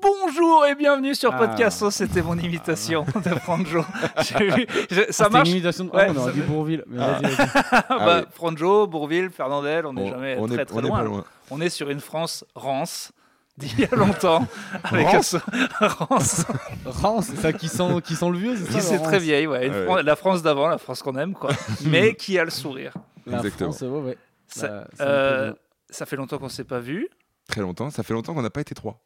Bonjour et bienvenue Ah. sur Podcast C'était mon imitation de Franjo. J'ai vu- je- ça C'était une marche. imitation de- Ouais, Ah, on aurait ça- dit Bourville. Mais Ah. vas-y, vas-y. bah, oui. Franjo, Bourville, Fernandel, on n'est jamais on très est, très on est loin. hein. pas loin. On est sur une France rance d'il y a longtemps. avec Rance ce- rance, Rance, c'est ça qui sent, qui sent le vieux, c'est ça qui c'est Laurence très vieille. ouais. Une Ah ouais. Fran- La France d'avant, la France qu'on aime, quoi. mais qui a le sourire. La Exactement. France, ouais, ouais. Ça, Bah, c'est un peu euh, bien. ça fait longtemps qu'on ne s'est pas vu. Très longtemps. Ça fait longtemps qu'on n'a pas été trois.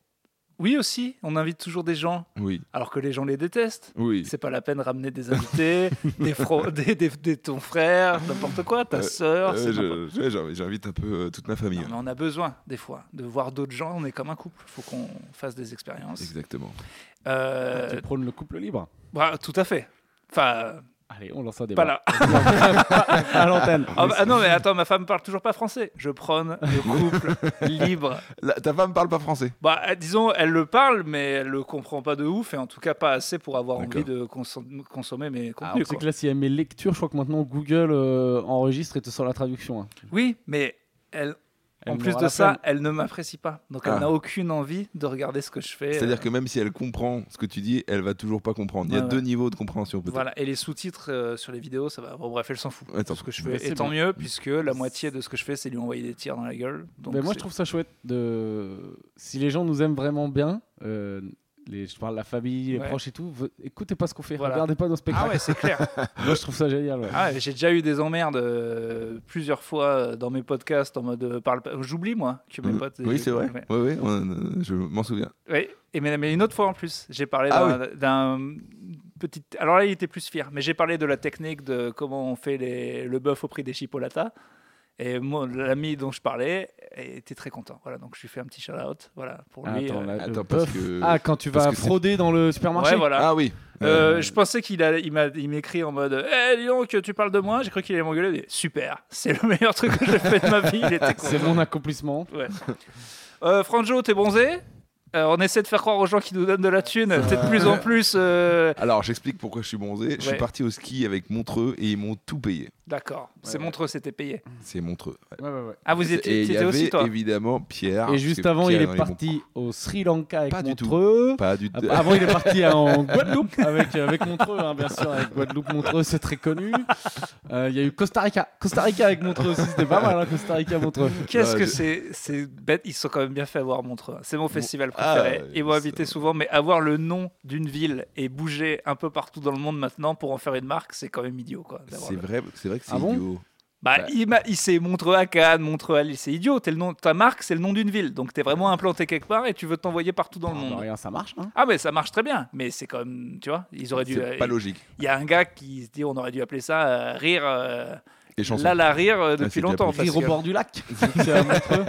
Oui aussi, on invite toujours des gens Oui. alors que les gens les détestent. Oui. C'est pas la peine de ramener des invités, des, fro- des, des- des- ton frère, n'importe quoi, ta Euh, sœur. Euh, c'est n'importe- je- je- j'invite- J'invite un peu euh, toute ma famille. Non, mais on a besoin des fois de voir d'autres gens. On est comme un couple, faut qu'on fasse des expériences. Exactement. Euh, Ah, Tu prônes le couple libre bah, tout à fait. Enfin, Allez, on lance un débat. pas là. à l'antenne. Ah, bah, ah non, mais attends, ma femme parle toujours pas français. Je prône le couple libre. La- ta femme parle pas français. Bah, euh, disons, elle le parle, mais elle le comprend pas de ouf, et en tout cas pas assez pour avoir envie D'accord. de consom- consommer mes Ah, contenus. c'est quoi. que là, s'il y a mes lectures, je crois que maintenant Google euh, enregistre et te sort la traduction. hein. Oui, mais elle, Elle en plus m'aura de la ça, peine. elle ne m'apprécie pas. Donc elle Ah. n'a aucune envie de regarder ce que je fais. C'est-à-dire Euh, que même si elle comprend ce que tu dis, elle va toujours pas comprendre. Il y a Ouais, deux ouais. niveaux de compréhension peut-être. Voilà, et les sous-titres euh, sur les vidéos, ça va. Bon, bref, elle s'en fout. Ouais, de t'en ce que je fous. Bah, fais. c'est Et tant mieux, puisque la C'est- moitié de ce que je fais, c'est lui envoyer des tirs dans la gueule. Donc Mais Ben, c'est- moi, je trouve ça chouette. De... Si les gens nous aiment vraiment bien, euh, les... je parle de la famille, les Ouais. proches et tout, ve- écoutez pas ce qu'on fait, Voilà. regardez pas nos Ah spectacles. ouais, c'est clair. Moi, je trouve ça génial. ouais. Ah ouais, j'ai déjà eu des emmerdes euh, plusieurs fois euh, dans mes podcasts en mode euh, parle pas- J'oublie moi que mes Mhm. potes. Oui, c'est vrai. Ouais. Ouais, ouais, on- euh, je m'en souviens. Ouais, Et mais, mais une autre fois en plus, j'ai parlé Ah d'un- d'un petit. Alors là, il était plus fier, mais j'ai parlé de la technique de comment on fait les- le bœuf au prix des chipolatas. Et moi, l'ami dont je parlais était très content. Voilà, donc je lui fais un petit shout out. Voilà, pour lui. Attends, euh, là, le Attends, parce bœuf. que- Ah, quand tu parce vas que c'est- frauder dans le ouais, supermarché voilà. Ah oui. Euh, je pensais qu'il allait- il m'a- il m'écrit en mode Eh, dis donc, tu parles de moi J'ai cru qu'il allait m'engueuler. mais Super, c'est le meilleur truc que j'ai fait de ma vie. Il était content. C'est mon accomplissement. Ouais. Euh, Franjo, t'es bronzé Euh, On essaie de faire croire aux gens qui nous donnent de la thune. T'es de plus en plus. euh, Alors j'explique pourquoi je suis bronzé. Je Ouais. suis parti au ski avec Montreux et ils m'ont tout payé. D'accord. c'est ouais. Montreux, c'était payé. C'est Montreux. ouais. Ouais, ouais, ouais. Ah, vous et étiez, il y t'étais aussi avait toi évidemment Pierre. Et Ah, parce juste que avant, il Pierre est mon- parti au Sri Lanka avec Pas du tout. Montreux. Pas du tout. bah. Ah, Avant, il est parti en Guadeloupe avec, avec Montreux, hein, bien sûr. Avec Guadeloupe, Montreux, c'est très connu. Euh, Il y a eu Costa Rica. Costa Rica avec Montreux aussi, c'était pas mal, hein, Costa Rica, Montreux. Qu'est-ce Ouais, que je- c'est C'est bête, ils se sont quand même bien fait avoir Montreux. C'est mon festival Ah, préféré. ouais, ils m'ont ça- invité souvent, mais avoir le nom d'une ville et bouger un peu partout dans le monde maintenant pour en faire une marque, c'est quand même idiot. Quoi, d'avoir C'est le- vrai, c'est vrai que c'est Ah bon idiot. Bah, il, m'a- il s'est Montreux à Cannes, Montreux à Lille, c'est idiot. T'es le nom, ta marque, c'est le nom d'une ville. Donc t'es vraiment implanté quelque part et tu veux t'envoyer partout dans le Ah, bah, monde. regarde, ça marche. Hein. Ah mais ça marche très bien, mais c'est quand même, tu vois, ils auraient dû. C'est pas euh, logique. Il y a un gars qui se dit, on aurait dû appeler ça euh, rire, euh, Et chanson. là la rire euh, Ah, depuis c'est déjà longtemps. pris. parce Rire au que- bord du lac. c'est à Montreux.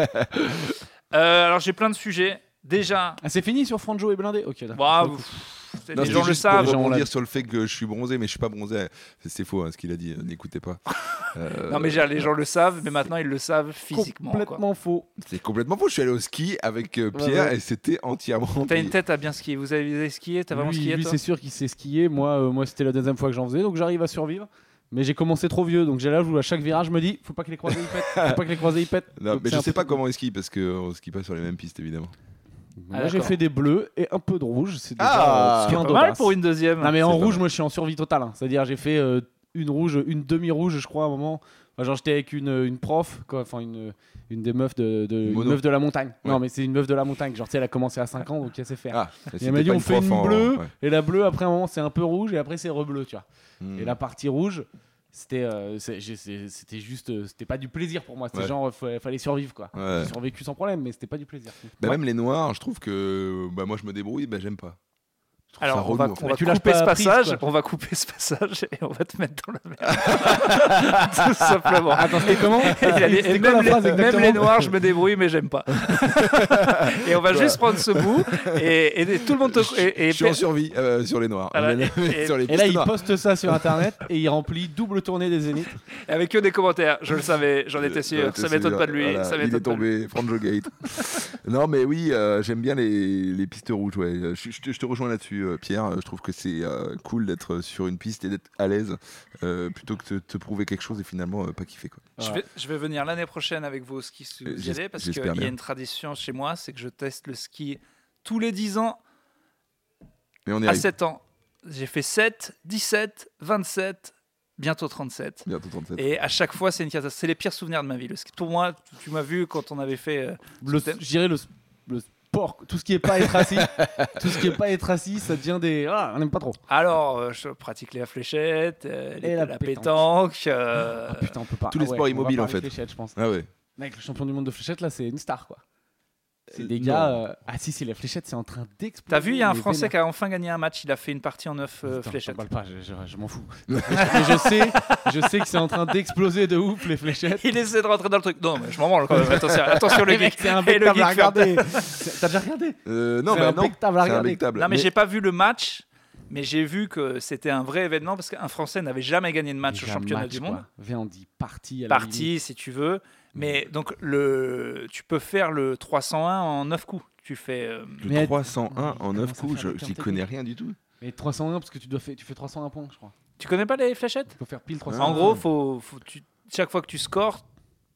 Euh, alors j'ai plein de sujets. Déjà, Ah, c'est fini sur Franjo et Blindé Ok, bah, d'accord. pff, les Non, c'est gens le juste pour savent. gens, on l'a- rebondir sur le fait que je suis bronzé, mais je suis pas bronzé. C'est faux hein, ce qu'il a dit. euh, N'écoutez pas. Euh, Non mais j'ai- les gens le savent, mais maintenant ils le savent physiquement. quoi. Complètement faux. c'est complètement faux. Je suis allé au ski avec euh, Ouais, Pierre ouais. et c'était entièrement. T'as une payé. tête à bien skier. Vous avez, vous avez skié T'as vraiment lui, skié lui, toi c'est sûr qu'il sait skier. Moi, euh, moi c'était la deuxième fois que j'en faisais, donc j'arrive à survivre. Mais j'ai commencé trop vieux, donc j'ai l'âge où à chaque virage, je me dis faut pas que les croisés y pètent. Faut pas que les croisés y pètent. Non, Donc, mais c'est je un sais peu- pas comment on skie parce qu'on skie pas sur les mêmes pistes évidemment. Moi, Ah, j'ai d'accord. fait des bleus et un peu de rouge. C'est déjà Ah, euh, c'est bien Pas mal d'audace. pour une deuxième. Non, mais en C'est pas rouge, mal. moi, je suis en survie totale. hein. C'est-à-dire, j'ai fait euh, une rouge, une demi-rouge, je crois, à un moment. Enfin, genre, j'étais avec une, une prof, quoi. Enfin, une, une des meufs de, de, une Mono. meuf de la montagne. Ouais. Non, mais c'est une meuf de la montagne. Genre, tu sais, elle a commencé à 5 ans, donc elle sait faire. Ah, Et c'était elle m'a dit pas on fait prof une en- bleue, ouais. et la bleue, après un moment, c'est un peu rouge, et après, c'est rebleu, tu vois. Hmm. Et la partie rouge, c'était euh, c'est- j'ai- c'est- c'était juste, euh, c'était pas du plaisir pour moi. C'était Ouais. genre, fa- fallait survivre quoi. Ouais. J'ai survécu sans problème, mais c'était pas du plaisir. Bah, Ouais. Même les noirs, je trouve que bah, moi je me débrouille, bah, j'aime pas. Je trouve ça Alors on relou, va, en fait. on va Tu lâches couper pas ce la prise, passage, quoi. on va couper ce passage et on va te mettre dans la merde. Tout simplement. Attends, c'était comment Et il y a les- C'était et quoi même, la phrase les, même exactement les noirs, je me débrouille, mais j'aime pas. et on va juste prendre ce bout et, et tout le monde te. Et, et- Je suis en survie euh, sur les noirs. Voilà, et- et- sur les Et là, pistes il noires. poste ça sur internet et il remplit double tournée des zéniths. et avec eux des commentaires. Je le savais, j'en étais J'en sûr. étais Ça m'étonne sûr. pas de lui. Voilà, ça il est m'étonne pas de lui. tombé, Franjo Gate. non, mais oui, euh, j'aime bien les, les pistes rouges. Ouais. Euh, Je, je te- je te rejoins là-dessus, euh, Pierre. Je trouve que c'est euh, cool d'être sur une piste et d'être à l'aise euh, plutôt que de te prouver quelque chose et finalement euh, pas kiffer. Quoi. Je vais, je vais venir l'année prochaine avec vos skis si Euh, vous y j'es- allez, parce qu'il j'espère y a bien. une tradition chez moi, c'est que je teste le ski tous les 10 ans Mais on y À arrive. 7 ans, j'ai fait 7, 17, 27, bientôt 37. Bientôt 37. Et à chaque fois, c'est une catastrophe. C'est les pires souvenirs de ma vie. Le ski. Pour moi, tu- tu m'as vu quand on avait fait. euh, Le- C'était- Je dirais le, le sport, tout ce qui est pas être assis, tout ce qui est pas être assis, ça devient des. Ah, on n'aime pas trop. Alors, euh, je pratique la fléchette, euh, les- Et la la, pétanque. euh, Ah, putain, on peut pas. tous les ah ouais, sports on va immobiles, en parler fait. fléchettes, je pense. Ah ouais. Mec, le champion du monde de fléchettes, là, c'est une star, quoi. C'est Euh, des non. gars. euh, Ah, si, si, la fléchette, c'est en train d'exploser. T'as vu, il y a un mais Français vénère. qui a enfin gagné un match. Il a fait une partie en neuf euh, Putain, fléchettes. t'en parles pas, je, je- je m'en fous. Mais je sais, je sais que c'est en train d'exploser de ouf les fléchettes. Il essaie de rentrer dans le truc. Non, mais je m'en branle quand même. Attention, attention le Eh mec, geek. c'est un Et bec le table à geek fait un- regarder. C'est- T'as déjà regardé Euh, non, C'est bah un non. bec table à C'est un regarder. big table. Non, mais, j'ai pas vu le match, mais j'ai vu que c'était un vrai événement parce qu'un Français n'avait jamais gagné de match au Déjà championnat match, du monde. quoi. Mm. Viens, on dit partie à la limite. Parti, si tu veux. Mais donc, le, tu peux faire le 301 en 9 coups. Tu fais. euh, Le Mais- 301 en Comment 9 ça coups, fait je- avec un j'y technique connais rien du tout. Mais 301 parce que tu dois faire, tu fais 301 points, je crois. tu connais pas les fléchettes Il faut faire pile 301. En gros, faut, faut- tu- chaque fois que tu scores,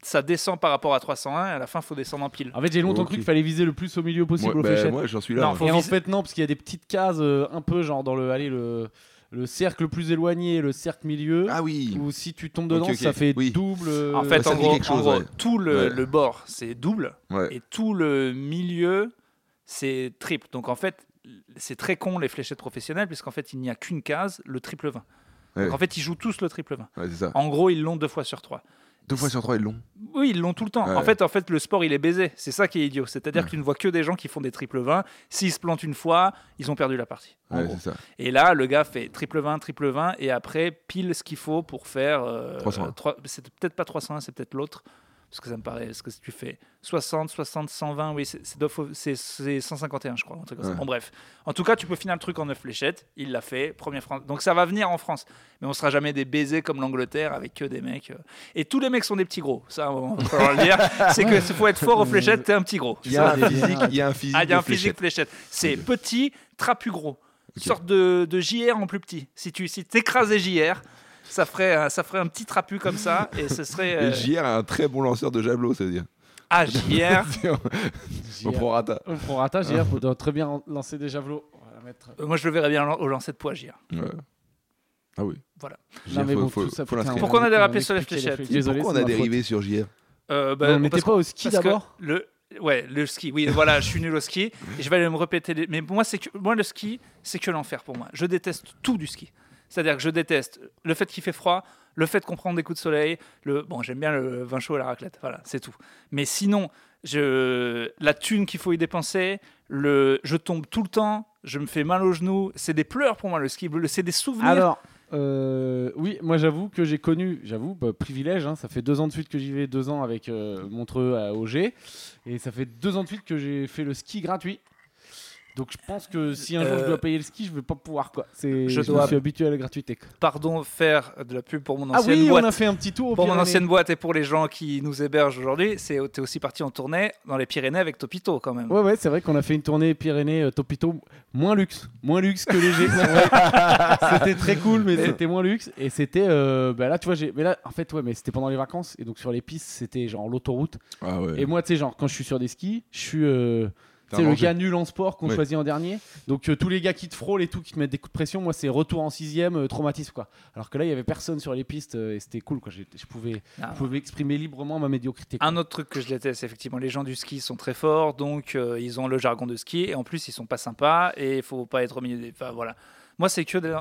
ça descend par rapport à 301 et à la fin, faut descendre en pile. En fait, j'ai longtemps Ok. cru qu'il fallait viser le plus au milieu possible Moi, aux bah, fléchettes. moi, j'en suis Non, là. ouais. faut- Et en viser- fait, non, parce qu'il y a des petites cases euh, un peu genre dans le, allez, le, le cercle le plus éloigné, le cercle milieu. Ah oui. Ou si tu tombes Ok, dedans, ok. ça fait Oui. double. En euh, fait, ça en dit gros, quelque en chose, gros, ouais. tout le, Ouais. le bord, c'est double Ouais. et tout le milieu, c'est triple. Donc en fait, c'est très con les fléchettes professionnelles puisqu'en fait, il n'y a qu'une case, le triple 20. Ouais. Donc en fait, ils jouent tous le triple 20. Ouais, c'est ça. En gros, ils l'ont deux fois sur trois. Deux fois sur trois, ils l'ont. Oui, ils l'ont tout le temps. Ouais. En, fait, en fait, le sport, il est baisé. C'est ça qui est idiot. C'est-à-dire Ouais. que tu ne vois que des gens qui font des triple 20. S'ils se plantent une fois, ils ont perdu la partie. en Ouais, gros. c'est ça. Et là, le gars fait triple 20, triple 20, et après, pile ce qu'il faut pour faire. euh, 301. trois- c'est peut-être pas 301, c'est peut-être l'autre. Parce que ça me paraît. Parce que si tu fais 60, 60, 120, oui, c'est- c'est deux fois- c'est- c'est 151, je crois. un truc comme ça. Ouais. Bon, bref. En tout cas, tu peux finir le truc en neuf fléchettes. Il l'a fait, premier France. Donc ça va venir en France. Mais on sera jamais des baisers comme l'Angleterre avec que des mecs. euh. Et tous les mecs sont des petits gros. Ça, on va falloir le dire. C'est que faut être fort aux fléchettes, t'es un petit gros. Il y a Ça, un des- physique, il y a un physique. Ah, il y a de un physique fléchette. C'est Ok. petit, trapu gros. Ok. Sorte de, de JR en plus petit. Si tu si t'écrasais JR, ça ferait, un- ça ferait un petit trapu comme ça. Et ce serait. fléchette. euh, Et JR a un très bon lanceur de javelot, ça veut dire. ah, JR. Au JR. prorata. Au prorata, JR, faut doit très bien en- lancer des javelots. On va la mettre. Euh, Moi, je le verrais bien au lancer de poids, JR. Ouais. Ah oui. Voilà. JR, mais faut- bon, faut- tout ça, faut putain, l'inscrire. Pourquoi on a dérapé expliqué sur les les fléchettes fléchettes Désolé, Pourquoi on c'est a ma dérivé sur JR Euh, bah, Non, mais t'es parce pas au ski Parce que d'abord le, Ouais, le ski. Oui, voilà, je suis nul au ski. Et je vais aller me répéter. les- Mais moi, c'est que, moi, le ski, c'est que l'enfer pour moi. Je déteste tout du ski. C'est-à-dire que je déteste le fait qu'il fait froid, le fait qu'on prend des coups de soleil. Le... Bon, j'aime bien le vin chaud et la raclette. Voilà, c'est tout. Mais sinon, je... la thune qu'il faut y dépenser, le... je tombe tout le temps, je me fais mal aux genoux. C'est des pleurs pour moi, le ski. Le- C'est des souvenirs. Alors, euh, oui, moi j'avoue que j'ai connu, j'avoue, bah, privilège, hein, ça fait deux ans de suite que j'y vais, deux ans avec euh, Montreux à OG, et ça fait deux ans de suite que j'ai fait le ski gratuit. Donc je pense que si un jour je Euh, dois payer le ski, je vais pas pouvoir quoi. C'est, Je je dois- me suis habitué à la gratuité. quoi. Pardon, faire de la pub pour mon Ah ancienne oui, boîte. on a fait un petit tour. au Pour mon Pyrénées. ancienne boîte et pour les gens qui nous hébergent aujourd'hui, c'est t'es aussi parti en tournée dans les Pyrénées avec Topito quand même. Ouais ouais, c'est vrai qu'on a fait une tournée Pyrénées euh, Topito moins luxe, moins luxe que léger. c'est vrai. c'était très cool mais Mais- c'était moins luxe et c'était euh, bah là tu vois j'ai mais là en fait ouais mais c'était pendant les vacances et donc sur les pistes c'était genre l'autoroute Ah Et ouais. moi, tu sais, genre, quand je suis sur des skis, je suis euh, T'as tu sais, le mangé. gars nul en sport qu'on Ouais. choisit en dernier. Donc, euh, tous les gars qui te frôlent et tout, qui te mettent des coups de pression, moi, c'est retour en sixième, euh, traumatisme, quoi. Alors que là, il y avait personne sur les pistes euh, et c'était cool, quoi. J'ai- Je pouvais, Ah. je pouvais exprimer librement ma médiocrité. quoi. Un autre truc que je déteste, effectivement, les gens du ski sont très forts, donc euh, ils ont le jargon de ski et en plus ils sont pas sympas et il faut pas être au milieu des. Enfin voilà. Moi c'est que de,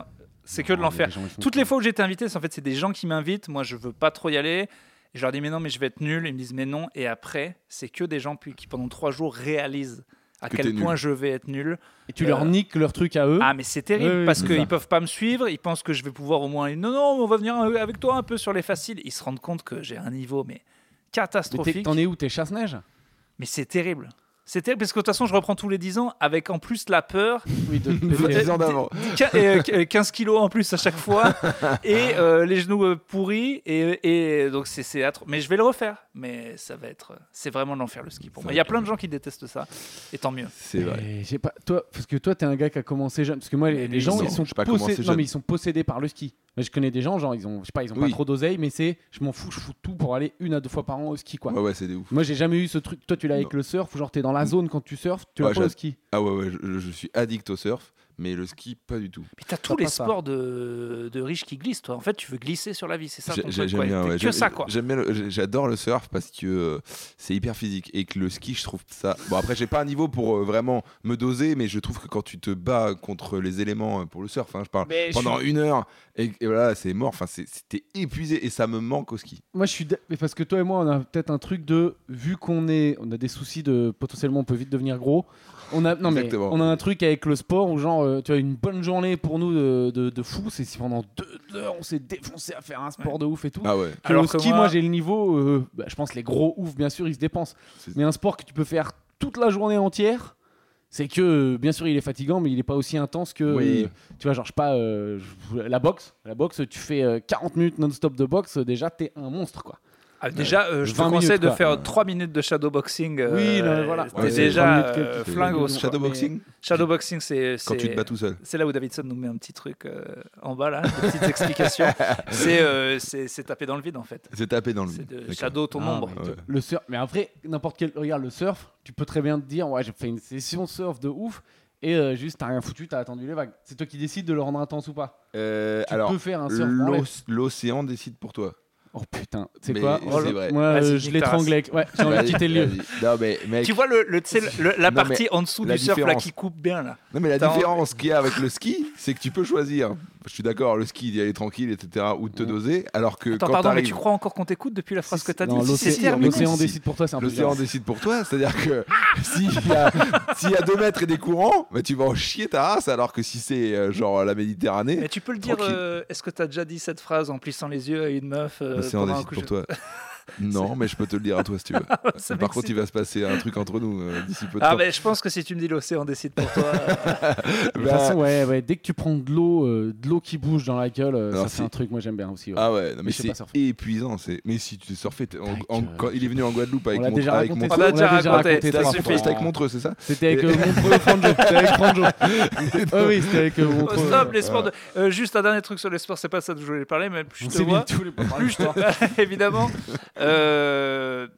c'est que de Ah, l'enfer. les gens, ils font Toutes ça. les fois où j'étais invité, c'est en fait c'est des gens qui m'invitent. Moi je veux pas trop y aller. Et je leur dis mais non mais je vais être nul. Ils me disent mais non. Et après c'est que des gens puis- qui pendant trois jours réalisent à Que t'es quel nul. point je vais être nul. Et tu leur Euh, niques leur truc à eux. Ah, mais c'est terrible Oui, oui, parce c'est ça. qu'ils peuvent pas me suivre. Ils pensent que je vais pouvoir au moins. Non, non, on va venir avec toi un peu sur les faciles. Ils se rendent compte que j'ai un niveau, mais mais t'es- catastrophique. t'en es où T'es chasse-neige Mais c'est terrible. C'est terrible parce que de toute façon, je reprends tous les 10 ans avec en plus la peur. Oui, de, de- Faut de- dix ans d'avant. Quin- euh, qu- euh, 15 kilos en plus à chaque fois et euh, les genoux euh, pourris. Et, et donc, c'est- c'est atro- Mais je vais le refaire. Mais ça va être. euh, C'est vraiment l'enfer le ski pour Ça moi. va Il y a être plein de gens qui détestent ça. Et tant mieux. C'est vrai. Et j'ai pas toi parce que toi t'es un gars qui a commencé jeune parce que moi les, les gens Non, ils sont j'ai pas possédés commencé non mais jeune. ils sont possédés par le ski. Moi, je connais des gens genre ils ont je sais pas ils ont Oui. pas trop d'oseille mais c'est je m'en fous je fous tout pour aller une à deux fois par an au ski quoi. Bah Ouais, ouais, c'est des ouf. Moi j'ai jamais eu ce truc toi tu l'as Non. Mm. avec le surf où genre t'es dans la la zone quand tu surfes, tu Ouais, vas pas j'ai- au ski. Ah ouais, ouais, je, je suis addict au surf, mais le ski, pas du tout. Mais t'as tous les passe pas. sports de, de riches qui glissent, toi. En fait, tu veux glisser sur la vie, c'est ça J'ai- ton j'ai- truc, J'aime quoi. bien, T'es ouais, que j'aime- ça, quoi. j'aime bien le- j'ai- J'adore le surf parce que euh, c'est hyper physique et que le ski, je trouve ça. Bon, après, j'ai pas un niveau pour euh, vraiment me doser, mais je trouve que quand tu te bats contre les éléments euh, pour le surf, hein, je parle Mais je pendant une heure et, et voilà, c'est mort. Enfin, c'est- c'était épuisé et ça me manque au ski. Moi, je suis. d'a- mais parce que toi et moi, on a peut-être un truc de. Vu qu'on est, on a des soucis de potentiellement, on peut vite devenir gros. On a, non mais, Exactement. on a un truc avec le sport où genre, euh, tu as une bonne journée pour nous de, de, de fou. C'est si pendant deux heures, on s'est défoncé à faire un sport de ouf et tout. Ah ouais. Que Alors au que ski, moi- moi, j'ai le niveau. euh, bah, je pense les gros ouf, bien sûr, ils se dépensent. C'est- Mais un sport que tu peux faire toute la journée entière. C'est que, euh, bien sûr, il est fatigant, mais il n'est pas aussi intense que, Oui. euh, tu vois, genre, je sais pas, euh, je- la boxe. La boxe, tu fais euh, 40 minutes non-stop de boxe, euh, déjà, t'es un monstre, quoi. Ah, déjà, euh, je te 20 minutes, conseille de quoi. faire 3 minutes de shadowboxing. euh, Oui, non, mais voilà. T'es Ouais, c'est déjà 20 minutes, euh, quelques- flingue au quelques- sport. Shadowboxing, Shadowboxing, c'est. quand tu c'est- te bats tout seul. C'est là où Davidson nous met un petit truc euh, en bas, là, des petites explications. C'est euh, c'est- c'est taper dans le vide, en fait. C'est tapé dans le C'est vide. de D'accord. shadow ton Ah, ombre. mais bah Ouais. tu- Le surf, mais après, n'importe quel. Regarde, le surf, tu peux très bien te dire, ouais, j'ai fait une session surf de ouf, et euh, juste, t'as rien foutu, t'as attendu les vagues. C'est toi qui décides de le rendre intense ou pas. Euh, Tu alors, peux faire un surf. dans Ah l'air. l'oc- l'océan décide pour toi. Oh putain, c'est Mais quoi c'est Oh, le- vrai. Moi, Vas-y, euh, nique je ta l'étrangle avec. Ouais, j'ai envie de Vas-y, quitter le lieu. vas-y. Non mais mec, Tu vois le, le, tu sais, le- la Non, partie en dessous la du surf là différence. qui coupe bien là. Non mais la T'as en- différence qu'il y a avec le ski, c'est que tu peux choisir. Je suis d'accord, le ski d'y aller tranquille, etc. ou de te Ouais. doser, alors que Attends, quand pardon, mais t'arrives- tu crois encore qu'on t'écoute depuis la phrase que t'as dit Non, Si, c'est l'océan- terminé. L'océan Si, si. décide pour toi, c'est un peu l'océan bizarre. décide pour toi, c'est-à-dire que s'il y, a- s'il y a 2 mètres et des courants, bah, tu vas en chier ta race, alors que si c'est euh, genre la Méditerranée, Mais tu peux le dire, Tranquille. euh, est-ce que t'as déjà dit cette phrase en plissant les yeux à une meuf euh, l'océan pendant un décide coup pour de- toi. Non, mais je peux te le dire à toi si tu veux. Ça Par m'excite. contre, il va se passer un truc entre nous euh, d'ici peu de Ah, temps. mais je pense que si tu me dis l'océan décide pour toi, euh, De toute Bah, façon, ouais, ouais, dès que tu prends de l'eau, euh, de l'eau qui bouge dans la gueule, euh, Alors, ça c'est- fait un truc. Moi, j'aime bien aussi. ouais. Ah ouais, non, mais Mais je sais c'est pas surfer. épuisant. C'est... Mais si tu t'es surfé, t'es en- Tac, en- euh, quand il est venu en Guadeloupe avec on l'a mon déjà avec raconté. ça, mon on l'a déjà raconté, raconté. ça trois suffit. fois. c'était avec Montreux, c'est ça C'était avec euh, Montreux, Franjo. C'était avec Franjo. Ah oui, c'était avec euh, oh, Montreux. stop, les sports. de- Euh, juste un dernier truc sur les sports, c'est pas ça que je voulais parler, mais plus On je te s'est mis vois, tous les plus je te... évidemment. Euh,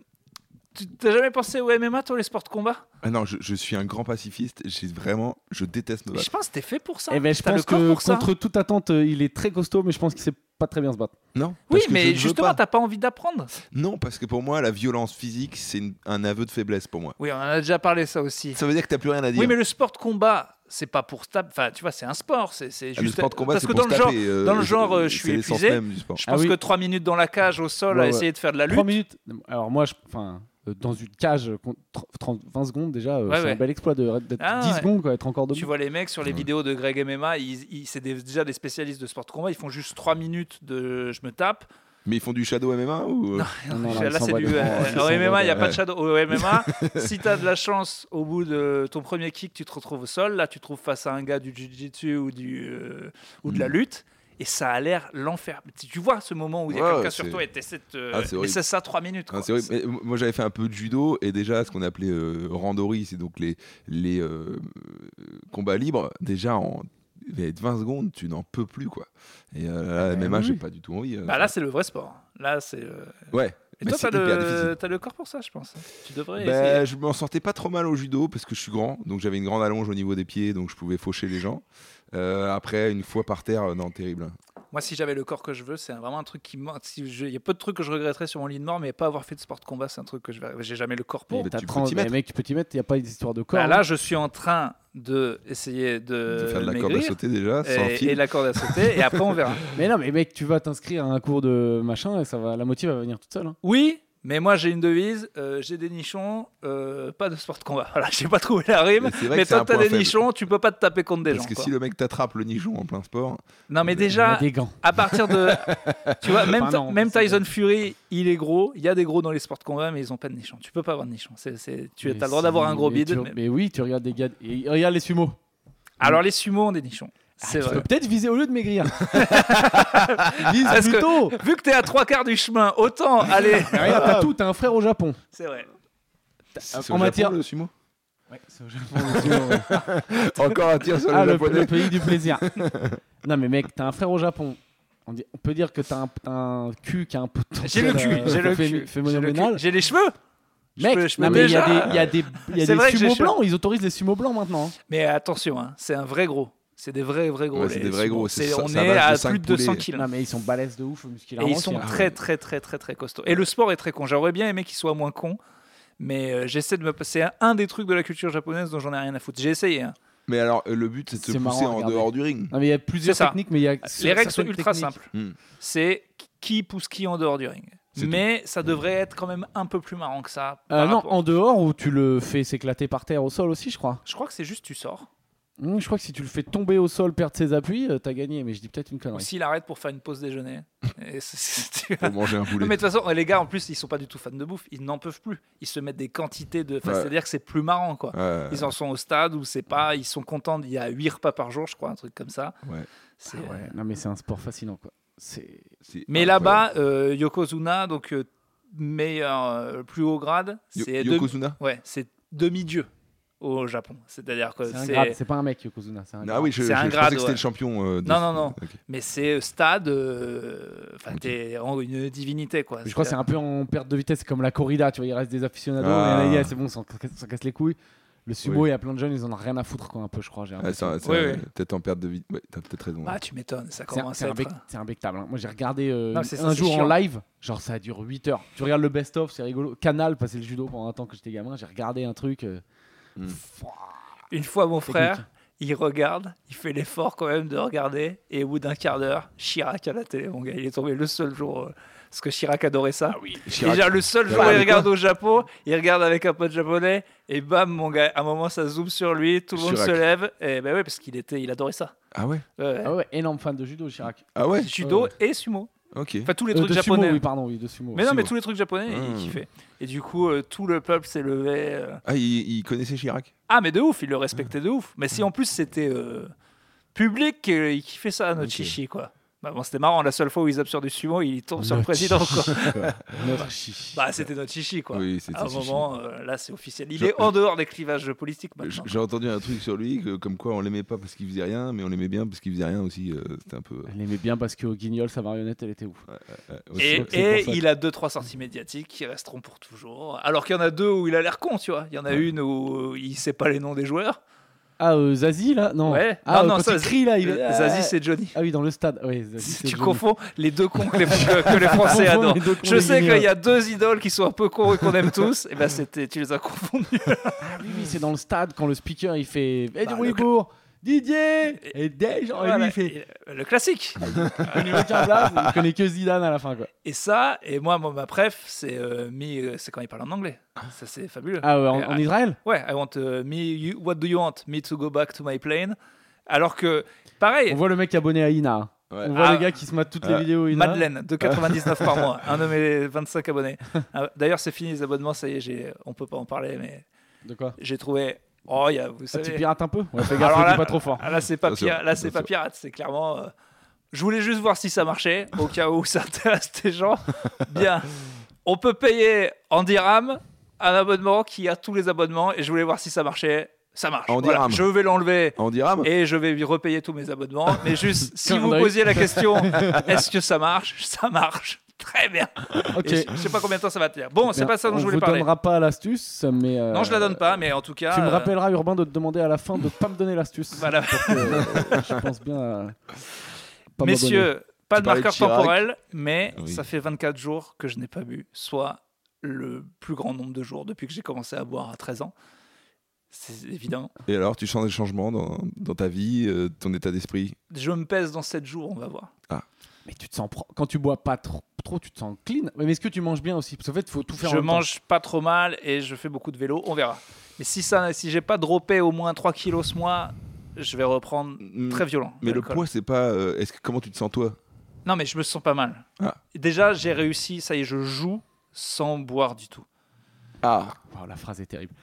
tu- T'as jamais pensé au MMA, toi, les sports de combat Ah non, je, je suis un grand pacifiste. J'ai vraiment, je déteste me Mais battre. Je pense que t'es fait pour ça. Eh ben, je T'as le pense corps que pour ça. contre toute attente, euh, il est très costaud, mais je pense qu'il sait pas très bien se battre. Non. Oui, parce que je ne mais veux justement, pas. t'as pas envie d'apprendre. Non, parce que pour moi, la violence physique, c'est une- un aveu de faiblesse pour moi. Oui, on en a déjà parlé ça aussi. Ça veut dire que t'as plus rien à dire. Oui, mais le sport de combat, c'est pas pour se taper. Enfin, tu vois, c'est un sport. C'est c'est Ah, juste. le sport de combat, Parce que c'est pour dans se le genre, taper, euh, dans le genre, euh, je c'est suis l'essence épuisé. même du sport. je Ah pense oui. que 3 minutes dans la cage au sol à Ouais, ouais. essayer de faire de la lutte. 3 minutes. Alors moi, je, enfin, euh, dans une cage, euh, contre 30 20 secondes déjà, euh, Ouais, c'est ouais. un bel exploit de- d'être Ah, 10 ouais. secondes, quoi, être encore debout. Tu vois les mecs sur les Ouais. vidéos de Greg MMA, ils, ils- c'est des- déjà des spécialistes de sport de combat. Ils font juste 3 minutes de je me tape. Mais ils font du shadow MMA ou euh, Non, non, là, ils s'en c'est vont du. devant, euh, ils s'en au vont MMA, il n'y a devant. pas de shadow. Au MMA, si tu as de la chance, au bout de ton premier kick, tu te retrouves au sol. Là, tu te trouves face à un gars du jiu-jitsu ou, du, euh, ou de Hmm. la lutte. Et ça a l'air l'enfer. Tu- Tu vois ce moment où il y a Ouais, quelqu'un ouais, sur c'est- toi et t'essaies de te- Ah, c'est Mais horrible. c'est ça, 3 minutes. Ah, quoi. c'est horrible. Mais, euh, moi, j'avais fait un peu de judo et déjà ce qu'on appelait euh, randori, c'est donc les, les euh, combats libres. Déjà en les 20 secondes, tu n'en peux plus quoi. Et euh, là, Ah, bah MMA, oui. j'ai pas du tout envie. euh, Bah, là, c'est le vrai sport. Là, c'est. euh, ouais. Et Mais toi, c'est t'as hyper difficile. le... t'as le corps pour ça, je pense. Tu devrais. Bah, essayer. je m'en sortais pas trop mal au judo parce que je suis grand, donc j'avais une grande allonge au niveau des pieds, donc je pouvais faucher les gens. Euh, après, une fois par terre, euh, non, terrible. Moi, si j'avais le corps que je veux, c'est vraiment un truc qui me. si je- Il y a peu de trucs que je regretterais sur mon lit de mort, mais pas avoir fait de sport de combat, c'est un truc que je. vais- J'ai jamais le corps pour. Mais Bah, t'as tu peux 30 t'y mais mettre. mec, tu peux t'y mettre, il n'y a pas d'histoire de corps. Bah, là, hein. je suis en train de essayer de, de faire de la corde à Euh, maigrir sauter déjà, sans et, fil. et de la corde à sauter, et après on verra. Mais non, mais mec, tu vas t'inscrire à un cours de machin et ça va, la motive va venir toute seule. hein. Oui, mais moi j'ai une devise euh, j'ai des nichons, euh, pas de sport de combat. Voilà, j'ai pas trouvé la rime. Mais c'est vrai Mais que c'est toi, un t'as point des faible. nichons, tu peux pas te taper contre des Parce gens. que quoi. si le mec t'attrape le nichon en plein sport, Non, mais On déjà, a des gants. à partir de. tu vois, même, Enfin, ta- non, même c'est- Tyson Fury, il est gros. Il y a des gros dans les sports de combat, mais ils ont pas de nichons. Tu peux pas avoir de nichons. C'est- c'est- tu as Mais le droit si, d'avoir un gros mais bide. tu- mais- Mais oui, tu regardes des gars. et regarde les sumo. Alors les sumo ont des nichons. Ah, C'est tu vrai. peux peut-être viser au lieu de maigrir. Vise Parce que- Ah, plutôt. Vu que t'es à trois quarts du chemin, autant aller. Mais regarde, t'as tout, t'as un frère au Japon. C'est vrai. c'est au en matière- le sumo Ouais, c'est au Japon. le sumo, ouais. Encore un tir sur Ah, le le, japonais. le pays du plaisir. non, mais mec, t'as un frère au Japon. On, dit- on peut dire que t'as un, t'as un cul qui a un potentiel. J'ai le cul, euh, j'ai le phé- cul, j'ai le phénoménal. cul. J'ai les cheveux Je Mec, peux- je non, peux mais il y a déjà- des, il y a des, il y a C'est des vrai que j'ai sumo chaud. blancs, ils autorisent les sumo blancs maintenant. hein. Mais attention, hein, c'est un vrai gros. C'est des vrais, vrais gros. Ouais, c'est les des vrais sumo. gros, c'est C'est- ça- on ça est va de à cinq plus de 200 poulets. kilos. Non, mais ils sont balèzes de ouf Et musculairement. ils sont tiens. très, très, très, très, très, costauds. Et le sport est très con. J'aurais bien aimé qu'ils soient moins cons. Mais euh, j'essaie de me passer un, un des trucs de la culture japonaise dont j'en ai rien à foutre. J'ai essayé. hein. Mais alors, euh, le but, c'est de te C'est marrant pousser à en regarder. dehors du ring. Non, mais il y a plusieurs C'est ça. techniques, mais il y a Les règles sont certaines ultra techniques. simples. Hmm. C'est qui pousse qui en dehors du ring. C'est Mais ça devrait être quand même un peu plus marrant que ça. Euh, par non, rapport- en dehors où tu le fais s'éclater par terre au sol aussi, je crois. Je crois que c'est juste tu sors. Hmm, je crois que si tu le fais tomber au sol, perdre ses appuis, euh, t'as gagné. Mais je dis peut-être une Ou connerie. s'il arrête pour faire une pause déjeuner. Et c'est- c'est- tu vois. Pour manger un poulet. Non, mais de toute façon, les gars, en plus, ils sont pas du tout fans de bouffe. Ils n'en peuvent plus. Ils se mettent des quantités de. enfin, Ouais. C'est-à-dire que c'est plus marrant, quoi. Ouais. Euh, Ils en sont au stade où c'est pas. Ils sont contents. Il y a 8 repas par jour, je crois, un truc comme ça. Ouais. C'est- Ah euh, Ouais, non, mais c'est un sport fascinant, quoi. C'est C'est Mais incroyable. là-bas, euh, Yokozuna, donc euh, meilleur, euh, plus haut grade, Yo- c'est demi- Yokozuna ouais, c'est demi-dieu au Japon. C'est-à-dire que c'est un c'est. grade, c'est pas un mec, Yokozuna. C'est un Ah grade. oui, je, C'est je- un je grade, pensais que c'était ouais. le champion. euh, de- Non, non, non. Ok. Mais c'est euh, stade. euh, Enfin, t'es en- une divinité, quoi. Mais je crois que c'est C'est-à-dire- un peu en perte de vitesse, c'est comme la corrida, tu vois, il reste des aficionados, Ah. et là, il y a, c'est bon, ça casse, casse les couilles. Le sumo, il y a plein de jeunes, ils en ont rien à foutre, quoi, un peu, je crois. j'ai Ah, l'impression. ça- ça- Ouais, ouais. Peut-être en perte de vie. Ouais, t'as peut-être raison. Ah, tu m'étonnes, ça C'est un- commence c'est à un être. bec- c'est imbectable. hein. Moi, j'ai regardé euh, Non, c'est ça, un c'est jour en chiant. live, genre ça dure 8 heures. Tu regardes le best-of, c'est rigolo. Canal, passer le judo pendant un temps que j'étais gamin, j'ai regardé un truc. euh, Hmm. fouah. Une fois, mon Technique. frère, il regarde, il fait l'effort quand même de regarder, et au bout d'un quart d'heure, Chirac à la télé, mon gars, il est tombé le seul jour. euh, Parce que Chirac adorait ça. Chirac. Déjà, le seul Bah, jour où ouais, il mais regarde au Japon, il regarde avec un pote japonais, et bam, mon gars, à un moment, ça zoome sur lui, tout le monde Chirac. se lève, et ben ouais, parce qu'il était, il adorait ça. Ah ouais Ouais, Ah ouais, énorme fan de judo, Chirac. Ah ouais Judo ouais. et sumo. Ok. Enfin, tous les Euh, trucs de japonais. sumo, oui, pardon, oui, de sumo. mais non, mais Sumo. tous les trucs japonais, Hmm. il kiffait. Et du coup, euh, tout le peuple s'est levé. euh, Ah, il, il connaissait Chirac Ah, mais de ouf, il le respectait de ouf. Mais si en plus c'était euh, public et il kiffait ça, notre Ok. chichi, quoi. Bah, bon, c'était marrant, la seule fois où ils absorbent du sumo, il tombe sur le Notre président, quoi. Notre chi. Bah, c'était notre chichi, quoi. Oui, c'était à un Chichi. moment, euh, là, c'est officiel. Il Je- est en dehors des clivages politiques J- maintenant. Bah, J'ai entendu un truc sur lui, que- comme quoi on l'aimait pas parce qu'il faisait rien, mais on l'aimait bien parce qu'il faisait rien aussi. euh, C'était un peu. Elle aimait bien parce qu'au guignol, sa marionnette, elle était ouf. euh, Et, aussi- c'est pour et ça que- il a deux trois sorties médiatiques qui resteront pour toujours. Alors qu'il y en a deux où il a l'air con, tu vois. Il y en a une où euh, il sait pas les noms des joueurs. Ah, euh, Zazie, là Non. Ouais. Non, Ah, non, non, quand ça, euh, il crie, là, il Zazie, c'est Johnny. Ah oui, dans le stade. Oui, Zazie, c'est Tu Johnny. confonds les deux cons que les, que- que les Français Confond adorent. les deux cons Je des sais guignols. qu'il y a deux idoles qui sont un peu cons et qu'on aime tous. Et ben c'était, tu les as confondus. Ah oui, oui, c'est dans le stade quand le speaker il fait Eh Bah, du le Ouïghour, Didier Et des gens, et lui Voilà. il fait Et euh, Le classique. Il lui retient place, il connaît que Zidane à la fin quoi. Et ça, et moi, moi, ma préf, c'est euh, me, euh, c'est quand il parle en anglais. Ça, c'est fabuleux. Ah ouais, en, Et, en ah, Israël Ouais, I want euh, me. you- what do you want? Me to go back to my plane. Alors que, pareil, On voit le mec abonné à Ina. Ouais. On voit Ah. le gars qui se mate toutes les Ah. vidéos Ina. Madeleine, de 99 par mois, un de mes 25 abonnés. Ah, D'ailleurs, c'est fini les abonnements, ça y est, j'ai- on peut pas en parler, mais De quoi j'ai trouvé. Oh, il y a, vous Ah, tu savez. pirates un peu Ouais, fais gaffe, Alors le dis là- pas trop fort. Ah, là, c'est pas, Bien sûr, pira- là, c'est bien pas sûr. pirate, c'est clairement. euh, Je voulais juste voir si ça marchait, au cas où ça intéresse des gens. Bien, on peut payer en dirham un abonnement qui a tous les abonnements et je voulais voir si ça marchait. Ça marche. En Voilà, dirham. Je vais l'enlever En dirham et je vais lui repayer tous mes abonnements. Mais juste, si vous Calendrier. posiez la question, est-ce que ça marche Ça marche. Très bien. Ok. Et je je sais pas combien de temps ça va tenir. Bon, c'est Bien, pas ça dont on je voulais vous parler. donnera pas l'astuce, mais. euh, Non, je la donne pas, mais en tout cas. Tu me euh, rappelleras, Urbain, de te demander à la fin de pas me donner l'astuce. Voilà. Parce que, euh, je pense bien à. pas m'abonner. Messieurs, pas Tu de parlais de marqueur Chirac. temporel, mais Oui. ça fait 24 jours que je n'ai pas bu, soit le plus grand nombre de jours depuis que j'ai commencé à boire à 13 ans. C'est évident. Et alors, tu sens des changements dans, dans ta vie, euh, ton état d'esprit Je me pèse dans 7 jours, on va voir. Mais tu te sens pro- quand tu bois pas trop, trop, tu te sens clean. Ouais, Mais est-ce que tu manges bien aussi Parce qu'en fait, faut tout faire. en Je même temps. mange pas trop mal et je fais beaucoup de vélo, on verra. Mais si ça, si j'ai pas droppé au moins 3 kilos ce mois, je vais reprendre très violent. Mais le l'alcool. poids, c'est pas. euh, Est-ce que comment tu te sens toi Non, mais je me sens pas mal. Ah. Déjà, j'ai réussi, ça y est, je joue sans boire du tout. Ah, Wow, la phrase est terrible.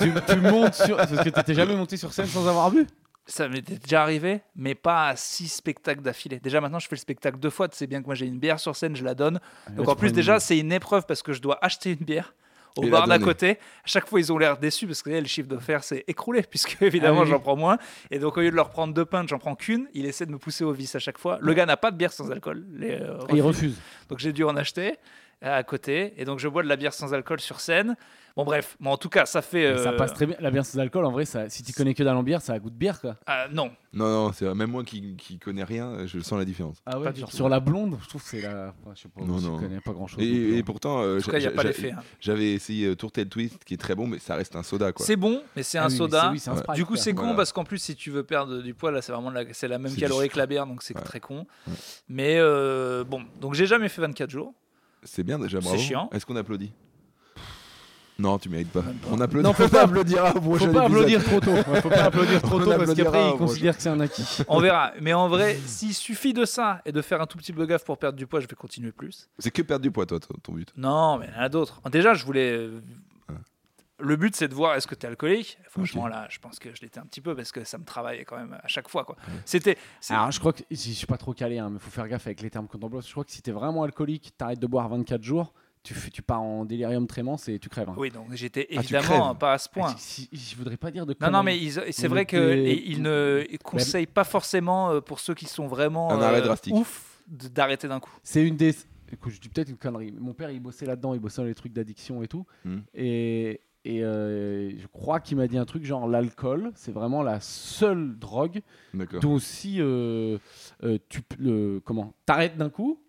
tu, tu montes sur. Parce que t'étais jamais monté sur scène sans avoir bu. Ça m'était déjà arrivé, mais pas à six spectacles d'affilée. Déjà maintenant, je fais le spectacle deux fois. Tu sais bien que moi, j'ai une bière sur scène, je la donne. Donc en plus, déjà, c'est une épreuve parce que je dois acheter une bière au Et la bar d'à donner. côté. À chaque fois, ils ont l'air déçus parce que eh, le chiffre d'affaires s'est écroulé, puisque évidemment, Ah oui. j'en prends moins. Et donc, au lieu de leur prendre deux pintes, j'en prends qu'une. Il essaie de me pousser au vice à chaque fois. Le gars n'a pas de bière sans alcool. Les, euh, Ah, il refuse. refuse. Donc j'ai dû en acheter. euh, à côté. Et donc, je bois de la bière sans alcool sur scène. Bon, bref, mais en tout cas, ça fait. Ça euh, passe très bien. La bière sans alcool, en vrai, ça, si tu connais que dans bière, ça a goût de bière, quoi. ah, non, Non, non, c'est même moi qui, qui connais rien, euh, je sens la différence. Ah Pas du tout. Sur la blonde, je trouve que c'est la. enfin, je sais pas, Non, je non. connais pas grand chose. Et, et pourtant, euh, en tout cas, il n'y a j'a- pas j'a- l'effet. hein. j'avais essayé euh, Tourtel Twist qui est très bon, mais ça reste un soda quoi. C'est bon, mais Ah c'est un soda. Ouais. Du coup, c'est con Voilà. parce qu'en plus, si tu veux perdre du poids, là, c'est vraiment la, c'est la même C'est du calorie sucre. que la bière, donc c'est Ouais. très con. Ouais. Mais euh, bon, donc j'ai jamais fait 24 jours. C'est bien déjà, C'est bravo. chiant. Est-ce qu'on applaudit Non, tu mérites pas. Même pas. On applaudit. Non, faut pas applaudir à Faut pas applaudir trop tôt. Ouais, Faut pas applaudir trop On tôt parce applaudira qu'après, au ils prochain. considèrent que c'est un acquis. On verra. Mais en vrai, s'il suffit de ça et de faire un tout petit peu gaffe pour perdre du poids, je vais continuer plus. C'est que perdre du poids, toi, ton ton but. Non, mais il y en a d'autres. Déjà, je voulais. euh, Ouais. Le but, c'est de voir est-ce que tu es alcoolique. Franchement, là, je pense que je l'étais un petit peu parce que ça me travaillait quand même à chaque fois. quoi. C'était. c'est- Ah. Alors, je crois que si- je suis pas trop calé, hein, mais faut faire gaffe avec les termes qu'on emploie. Je crois que si t'es vraiment alcoolique, t'arrêtes de boire 24 jours, tu, fais- tu pars en délirium tremens et tu crèves. hein. Oui, donc j'étais Ah, tu crèves. évidemment pas à ce point. Ah, si- si- je voudrais pas dire de. Non, conneries. non, mais ils- c'est on vrai était- qu'ils ne conseillent pas forcément euh, pour ceux qui sont vraiment euh, Un arrêt drastique. ouf de- d'arrêter d'un coup. C'est une des. Écoute, je dis peut-être une connerie. mais Mon père, il bossait là-dedans, il bossait dans les trucs d'addiction et tout. Hmm. Et, et, euh, je crois qu'il m'a dit un truc genre l'alcool, c'est vraiment la seule drogue D'accord. dont si euh, euh, tu p- le- comment t'arrêtes d'un coup,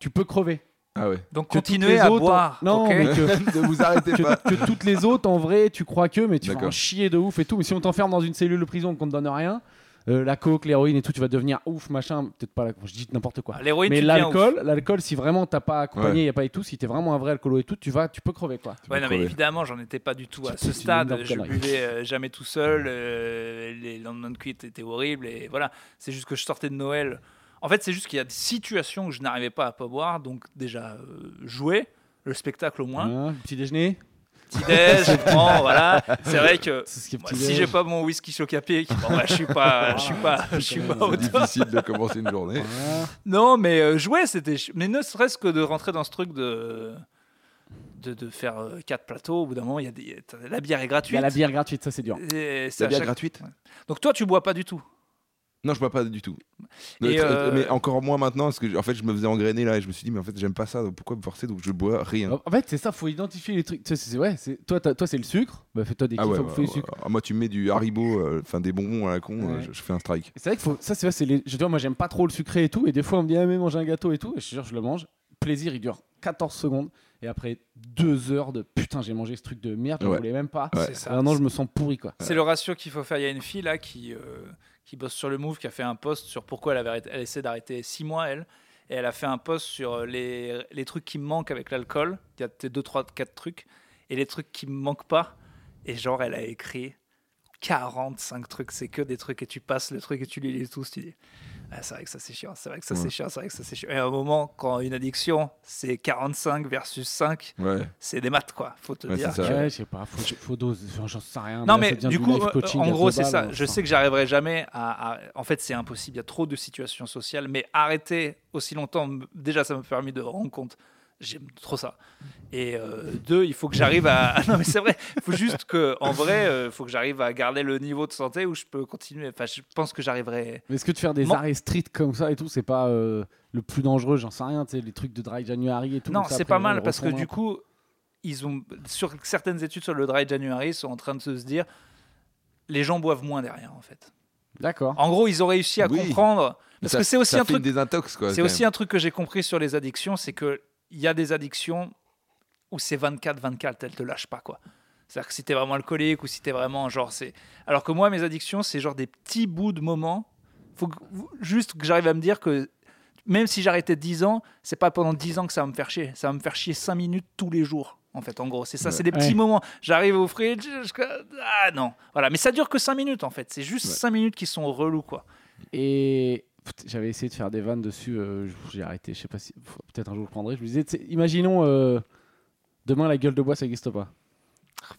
tu peux crever. Ah ouais. Donc Que toutes continuez les à autres- boire. Non, ok mais que, ne vous arrêtez que- pas. que toutes les autres, en vrai, tu crois que, mais tu vas en D'accord. chier de ouf et tout. Mais si on t'enferme dans une cellule de prison, qu'on te donne rien, euh, la coke, l'héroïne et tout, tu vas devenir ouf, machin. Peut-être pas la je dis n'importe quoi. Ah, L'héroïne, Mais tu deviens ouf. l'alcool, l'alcool, si vraiment t'as pas accompagné, y a pas et tout, si t'es vraiment un vrai alcoolo et tout, tu vas, tu peux crever quoi. Tu Ouais, vas non, mais crever. évidemment, j'en étais pas du tout à C'est- ce c'est une stade. énorme Je connerie. buvais euh, jamais tout seul. euh, les lendemains de cuite étaient horribles. Et voilà, c'est juste que je sortais de Noël. En fait, c'est juste qu'il y a des situations où je n'arrivais pas à pas boire. Donc, déjà, euh, jouer, le spectacle au Mmh. moins. Hein, petit déjeuner. Petit-déj, je prends, voilà. C'est vrai que C'est ce qui est Moi, petit si déj. j'ai pas mon whisky chocapic, bon, bah, je suis pas, je suis pas, Ah, je suis pas au C'est top. difficile de commencer une journée. Voilà. Non, mais euh, jouer, c'était, ch- mais ne serait-ce que de rentrer dans ce truc de, de, de faire euh, quatre plateaux. Au bout d'un moment, il y a des, t'as- la bière est Il y gratuite. a la bière gratuite, ça c'est dur. Et c'est La à bière chaque- gratuite Donc toi, tu bois pas du tout. Non, je bois pas du tout. Et Notre- euh, Mais encore moins maintenant, parce que en fait, je me faisais engrainer là et je me suis dit, mais en fait, j'aime pas ça, donc pourquoi me forcer Donc je bois rien. En fait, c'est ça, faut identifier les trucs. Tu sais, c'est- ouais, c'est- toi, t'as- toi, c'est le sucre. Bah, fais-toi des Ah kiffs, ouais, faut ouais, faire du ouais. sucre. Ah, moi tu mets du Haribo, euh, enfin des bonbons à la con, euh, Ouais. je, je fais un strike. C'est vrai qu'il faut. Ça, c'est vrai, c'est les. Je vois, moi, j'aime pas trop le sucré et tout. Et des fois, on me dit, ah, mais mange un gâteau et tout. Et je te jure, je le mange. Plaisir, il dure 14 secondes. Et après deux heures de putain, j'ai mangé ce truc de merde, je Ouais. voulais même pas. Ouais. c'est ça. Ah non, je me sens pourri, quoi. C'est le ratio qu'il faut faire. Il y a une fille là qui, euh, qui bosse sur le Move, qui a fait un post sur pourquoi elle, avait arrêté- elle essaie d'arrêter 6 mois, elle. Et elle a fait un post sur euh, les, les trucs qui me manquent avec l'alcool. Il y a 2, 3, 4 trucs. Et les trucs qui me manquent pas. Et genre, elle a écrit 45 trucs. C'est que des trucs. Et tu passes le truc et tu les lis tous. Tu dis, ah, c'est vrai que ça c'est chiant, c'est vrai que ça c'est Ouais. chiant, c'est vrai que ça c'est chiant. Et à un moment, quand une addiction, c'est 45 versus 5, Ouais. c'est des maths quoi. Faut te Ouais, dire. c'est ça. que- Ouais, je sais pas, faut, faut dose, enfin, j'en sais rien. non là, mais ça devient du du coup, life euh, coaching à en deux gros c'est balles, hein, ça. enfin. Je sais que j'arriverai jamais à, à- En fait c'est impossible. Il y a trop de situations sociales. Mais arrêter aussi longtemps, m- déjà ça m'a permis de me rendre compte. J'aime trop ça. Et euh, deux, il faut que j'arrive à. Ah, non mais c'est vrai. Il faut juste que, en vrai, euh, faut que j'arrive à garder le niveau de santé où je peux continuer. Enfin, je pense que j'arriverai. Mais est-ce que de faire des Mon- arrêts street comme ça et tout, c'est pas euh, le plus dangereux J'en sais rien, tu sais, les trucs de dry January et tout. Non, ça, c'est après, hein. pas les gens, mal ils parce que refont un du coup, ils ont sur certaines études sur le dry January ils sont en train de se dire, les gens boivent moins derrière en fait. D'accord. En gros, ils ont réussi à Oui. comprendre parce Ça- que c'est aussi ça un fait truc une désintox, quoi. C'est quand aussi même. un truc que j'ai compris sur les addictions, c'est que il y a des addictions où c'est 24-24, elles te lâchent pas quoi. C'est-à-dire que si t'es vraiment alcoolique ou si t'es vraiment genre c'est. Alors que moi mes addictions c'est genre des petits bouts de moments. Faut que- juste que j'arrive à me dire que même si j'arrêtais 10 ans, c'est pas pendant 10 ans que ça va me faire chier. Ça va me faire chier 5 minutes tous les jours. En fait, en gros, c'est ça, Ouais. c'est des petits Ouais. moments. J'arrive au fridge, je- ah non, voilà, mais ça dure que 5 minutes en fait. C'est juste Ouais. 5 minutes qui sont relous quoi. Et putain, j'avais essayé de faire des vannes dessus, euh, j'ai arrêté, je sais pas si. faut- Peut-être un jour je prendrai. Je me disais, tu sais, imaginons euh, demain la gueule de bois, ça n'existe pas.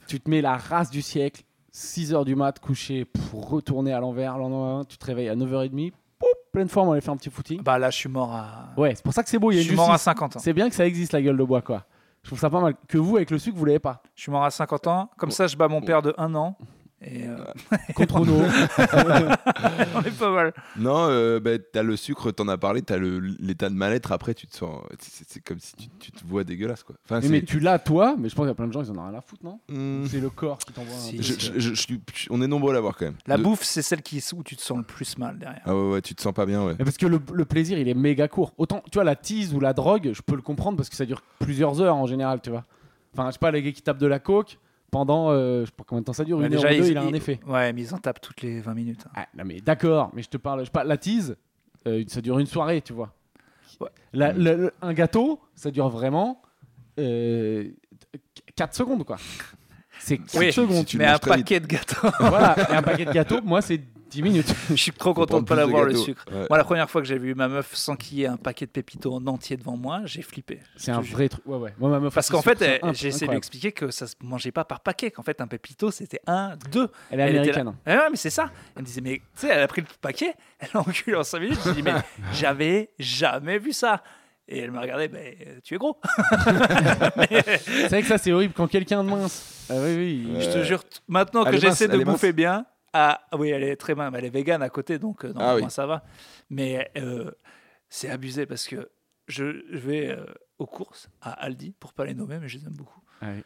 Tu te mets la race du siècle, 6 h du mat, couché, pour retourner à l'envers, le lendemain, tu te réveilles à 9h30, pouf, pleine forme, on allait faire un petit footing. Bah là, je suis mort à. Ouais, c'est pour ça que c'est beau, Oh, il y je a suis une mort à justice. 50 ans. C'est bien que ça existe la gueule de bois, quoi. Je trouve ça pas mal. Que vous, avec le sucre, vous l'avez pas. Je suis mort à 50 ans. Comme Bon. ça, je bats mon Bon. père de 1 an. Et euh, Contre nous. on est pas mal. Non, euh, bah, t'as le sucre, t'en as parlé, t'as le- l'état de mal-être, après tu te sens. c'est- C'est c'est comme si tu, tu te vois dégueulasse quoi. ah, Enfin, Mais, c'est- mais tu l'as, toi, mais je pense qu'il y a plein de gens, ils en ont rien à foutre, non Hmm, C'est le corps qui t'envoie. un Mm. Si. truc, je- euh, je- je- je suis- je- on est nombreux à l'avoir quand même. La De- bouffe, c'est celle qui, où tu te sens le plus mal derrière. Ah ouais, ouais, tu te sens pas bien, ouais. Mais parce que le, le plaisir, il est méga court. Autant, tu vois, la tease ou la drogue, je peux le comprendre parce que ça dure plusieurs heures en général, tu vois. Enfin, je sais pas, les gars qui tapent de la coke pendant, euh, je sais pas combien de temps ça dure, Ouais, une déjà, heure ou deux, ils- il a un ils- effet. Ouais, mais ils en tapent toutes les 20 minutes. hein. Ah, non, mais d'accord, mais je te parle, je sais pas, la tease, euh, ça dure une soirée, tu vois. Ouais. La- le- le- un gâteau, ça dure vraiment 4 secondes, quoi. C'est 4 Oui. secondes. Tu mais manges un très vite. paquet de gâteaux. voilà, et un paquet de gâteaux, moi, c'est 10 minutes. Je suis trop Faut content de prendre pas plus l'avoir le gâteaux. sucre. Ouais. Moi, la première fois que j'ai vu ma meuf sans qu'il y ait un paquet de pépitos en entier devant moi, j'ai flippé. C'est Je un te jure. vrai truc. Ouais, ouais. Moi, ma meuf, Parce elle qu'en se fait, trouve ça elle- imp- j'ai essayé de lui incroyable. expliquer que ça se mangeait pas par paquet, qu'en fait, un pépito, c'était un, deux. Elle Elle était est là. américaine. hein. Ah Ouais, ouais, mais c'est ça. Elle me disait, mais tu sais, elle a pris le paquet, elle l'a enculé en 5 minutes. Je me dis, mais j'avais jamais vu ça. Et elle me regardait, ben, euh, tu es gros. C'est vrai que ça, c'est horrible quand quelqu'un de mince. Ah oui, oui. il- Ouais. Je te jure, t- maintenant que elle est mince, j'essaie de elle est mince. bouffer bien, ah ah oui, elle est très mince, mais elle est végane à côté, donc euh, non, Ah oui. moi, ça va. Mais euh, c'est abusé parce que je, je vais euh, aux courses à Aldi, pour pas les nommer, mais je les aime beaucoup. Ah oui.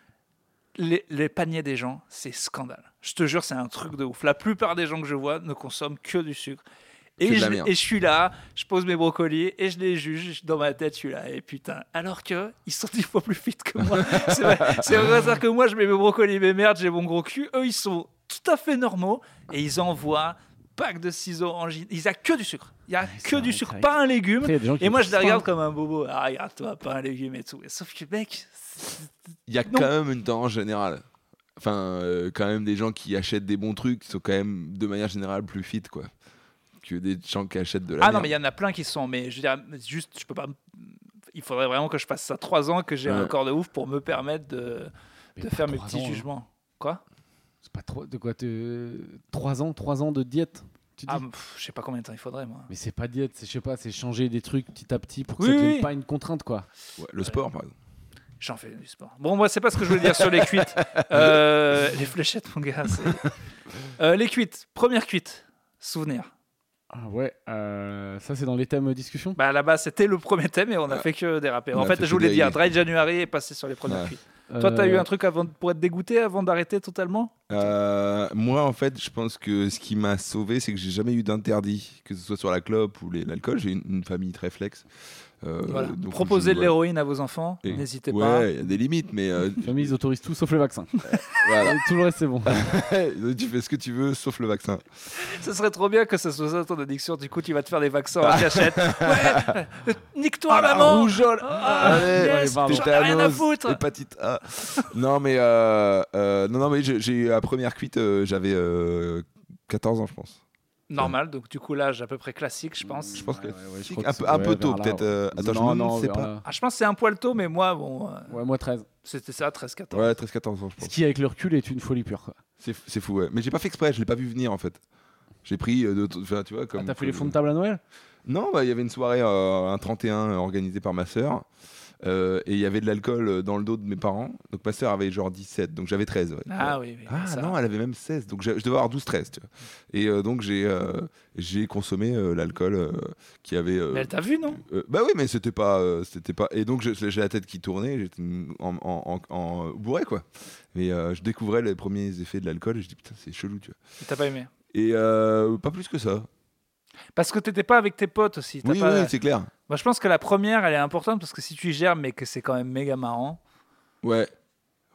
Les, les paniers des gens, c'est scandale. Je te jure, c'est un truc de ouf. La plupart des gens que je vois ne consomment que du sucre. Que Et de la je, merde. et je suis là, je pose mes brocolis et je les juge. Dans ma tête, je suis là. Et putain, alors que ils sont dix fois plus fit que moi. C'est vrai, c'est vrai, c'est-à-dire que moi, je mets mes brocolis, mes merdes, j'ai mon gros cul. Eux, ils sont tout à fait normaux et ils envoient pack de ciseaux en jean. Ils a que du sucre. Il y a c'est que vrai, du sucre, c'est vrai. pas un légume. Après, il y a des gens qui Et moi, je les ont regarde faim. comme un bobo. Ah, regarde-toi, pas un légume et tout. Et sauf que, mec, c'est- Il y a Non. quand même une tendance générale. Enfin, euh, quand même des gens qui achètent des bons trucs qui sont quand même de manière générale plus fit quoi que des gens qui achètent de la Ah non, merde. mais il y en a plein qui sont. Mais je veux dire, juste, je peux pas. Il faudrait vraiment que je fasse ça trois ans, que j'ai un Ouais. corps de ouf pour me permettre de, Mais de pas faire mes trois petits ans, hein. jugements. Quoi C'est pas trop. De quoi te... 3 ans, 3 ans de diète. Tu dis Ah, pff, je sais pas combien de temps il faudrait, moi. Mais c'est pas diète, c'est je sais pas, c'est changer des trucs petit à petit pour que Oui, ça devienne oui. pas une contrainte quoi. Ouais, le sport par exemple. J'en fais du sport. Bon, moi, c'est pas ce que je voulais dire sur les cuites. Euh, les fléchettes, mon gars. c'est- Euh, les cuites. Première cuite. Souvenir. Ah ouais, euh, ça c'est dans les thèmes euh, discussion. Bah là-bas, c'était le premier thème et on a Ouais. fait que déraper. On En a fait, fait je que voulais dire dériver. hein, Dry January et passer sur les premières Ouais. cuites. Toi, t'as Euh, eu un truc avant, pour être dégoûté avant d'arrêter totalement Euh, moi en fait, je pense que ce qui m'a sauvé, c'est que j'ai jamais eu d'interdit, que ce soit sur la clope ou les- l'alcool. J'ai une, une famille très flex. Euh, Voilà. donc Proposer je- de l'héroïne à vos enfants, Et- n'hésitez pas. Ouais, il y a des limites, mais euh, Famille, ils autorisent tout sauf le vaccin. voilà. Et tout le reste c'est bon. tu fais ce que tu veux, sauf le vaccin. Ce serait trop bien que ça soit ça ton addiction. Du coup, tu vas te faire des vaccins en cachette. Ouais, euh, nique-toi, maman Ah. rougeole. Ah, Allez, yes, pardon. j'en ai rien à tétanos, foutre hépatite A. non mais euh, euh, non non mais j'ai- j'ai eu la première cuite, euh, j'avais euh, 14 ans je pense. Normal, donc du coup, l'âge à peu près classique, je pense. Je pense que- Ouais, ouais, ouais, je Un, crois que peu- c'est- un ouais, peu tôt vers là, peut-être. ouais. euh, attends, non, je non, ne sais vers pas. là. Ah, je pense que c'est un poil tôt, mais moi, bon, euh, Ouais, moi 13. c'était ça, 13-14. Ouais, 13-14 ans je Ce pense. qui avec le recul est une folie pure quoi. C'est c'est fou ouais. Mais j'ai pas fait exprès, je l'ai pas vu venir en fait. J'ai pris euh, de- enfin, tu vois comme Ah, t'as fait comme- les fonds de table à Noël Non, bah, il y avait une soirée, euh, un 31 euh, organisée par ma sœur. Euh, et il y avait de l'alcool euh, dans le dos de mes parents. Donc ma sœur avait genre 17, donc j'avais 13. ouais. Ah oui, oui. Ah ça. non, elle avait même 16, donc j'ai- je devais avoir 12-13. tu vois. Et euh, donc j'ai euh, j'ai consommé euh, l'alcool euh, qui avait. euh, Mais elle t'a vu, non euh, bah oui, mais c'était pas, euh, c'était pas. Et donc je- j'ai la tête qui tournait, j'étais en, en, en- en- bourré quoi. Et euh, je découvrais les premiers effets de l'alcool et je dis putain c'est chelou tu vois. Elle t'a pas aimé. Et euh, pas plus que ça. Parce que t'étais pas avec tes potes aussi. t'as Oui, pas- oui, c'est clair. Moi, je pense que la première, elle est importante parce que si tu y gères, mais que c'est quand même méga marrant. Ouais,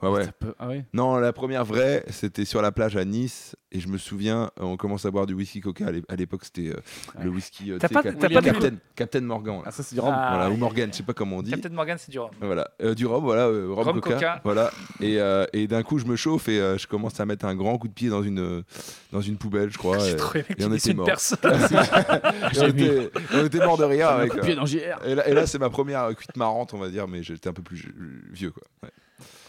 ouais, ouais. Ça peut- Ah ouais. Non, la première vraie, c'était sur la plage à Nice. Et je me souviens, euh, on commence à boire du whisky coca. À l'é- À l'époque, c'était euh, le Ouais. whisky. euh, T'as tu sais, pas- Cap- t'as pas du- Captain, Captain Morgan. là. Ah ça c'est du rhum. Ah, voilà, ou oui, Morgan, oui. je sais pas comment on dit. Captain Morgan, c'est du rhum. Voilà, Euh, du rhum, voilà, euh, rhum, Rhum coca, coca. voilà. Et, euh, et d'un coup, je me chauffe et euh, je commence à mettre un grand coup de pied dans une euh, dans une poubelle, je Ah, crois. J'ai et- trop aimé que et on tu dises était une morts. personne. et on, J'ai vu. était, on était mort de rire. Un avec, coup de euh, pied dans JR. et là, et là, c'est ma première euh, cuite marrante, on va dire, mais j'étais un peu plus ju- vieux. quoi. Ouais.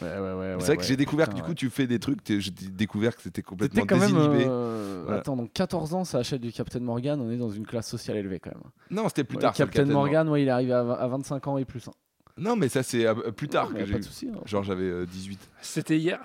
Ouais, ouais, ouais, Ah ouais, c'est vrai que ouais. j'ai découvert Putain, que du coup, ouais. tu fais des trucs, t'es- j'ai découvert que c'était T'étais complètement quand même. désinhibé. euh, Voilà. Attends, donc 14 ans, ça achète du Captain Morgan. On est dans une classe sociale élevée quand même. Non, c'était plus Ouais, tard. ça, le Captain Morgan, ouais, il est arrivé à, v- à 25 ans et plus. hein. Non, mais ça, c'est euh, plus tard Ouais, que j'ai pas eu. de souci. hein. Genre, j'avais euh, 18. C'était hier.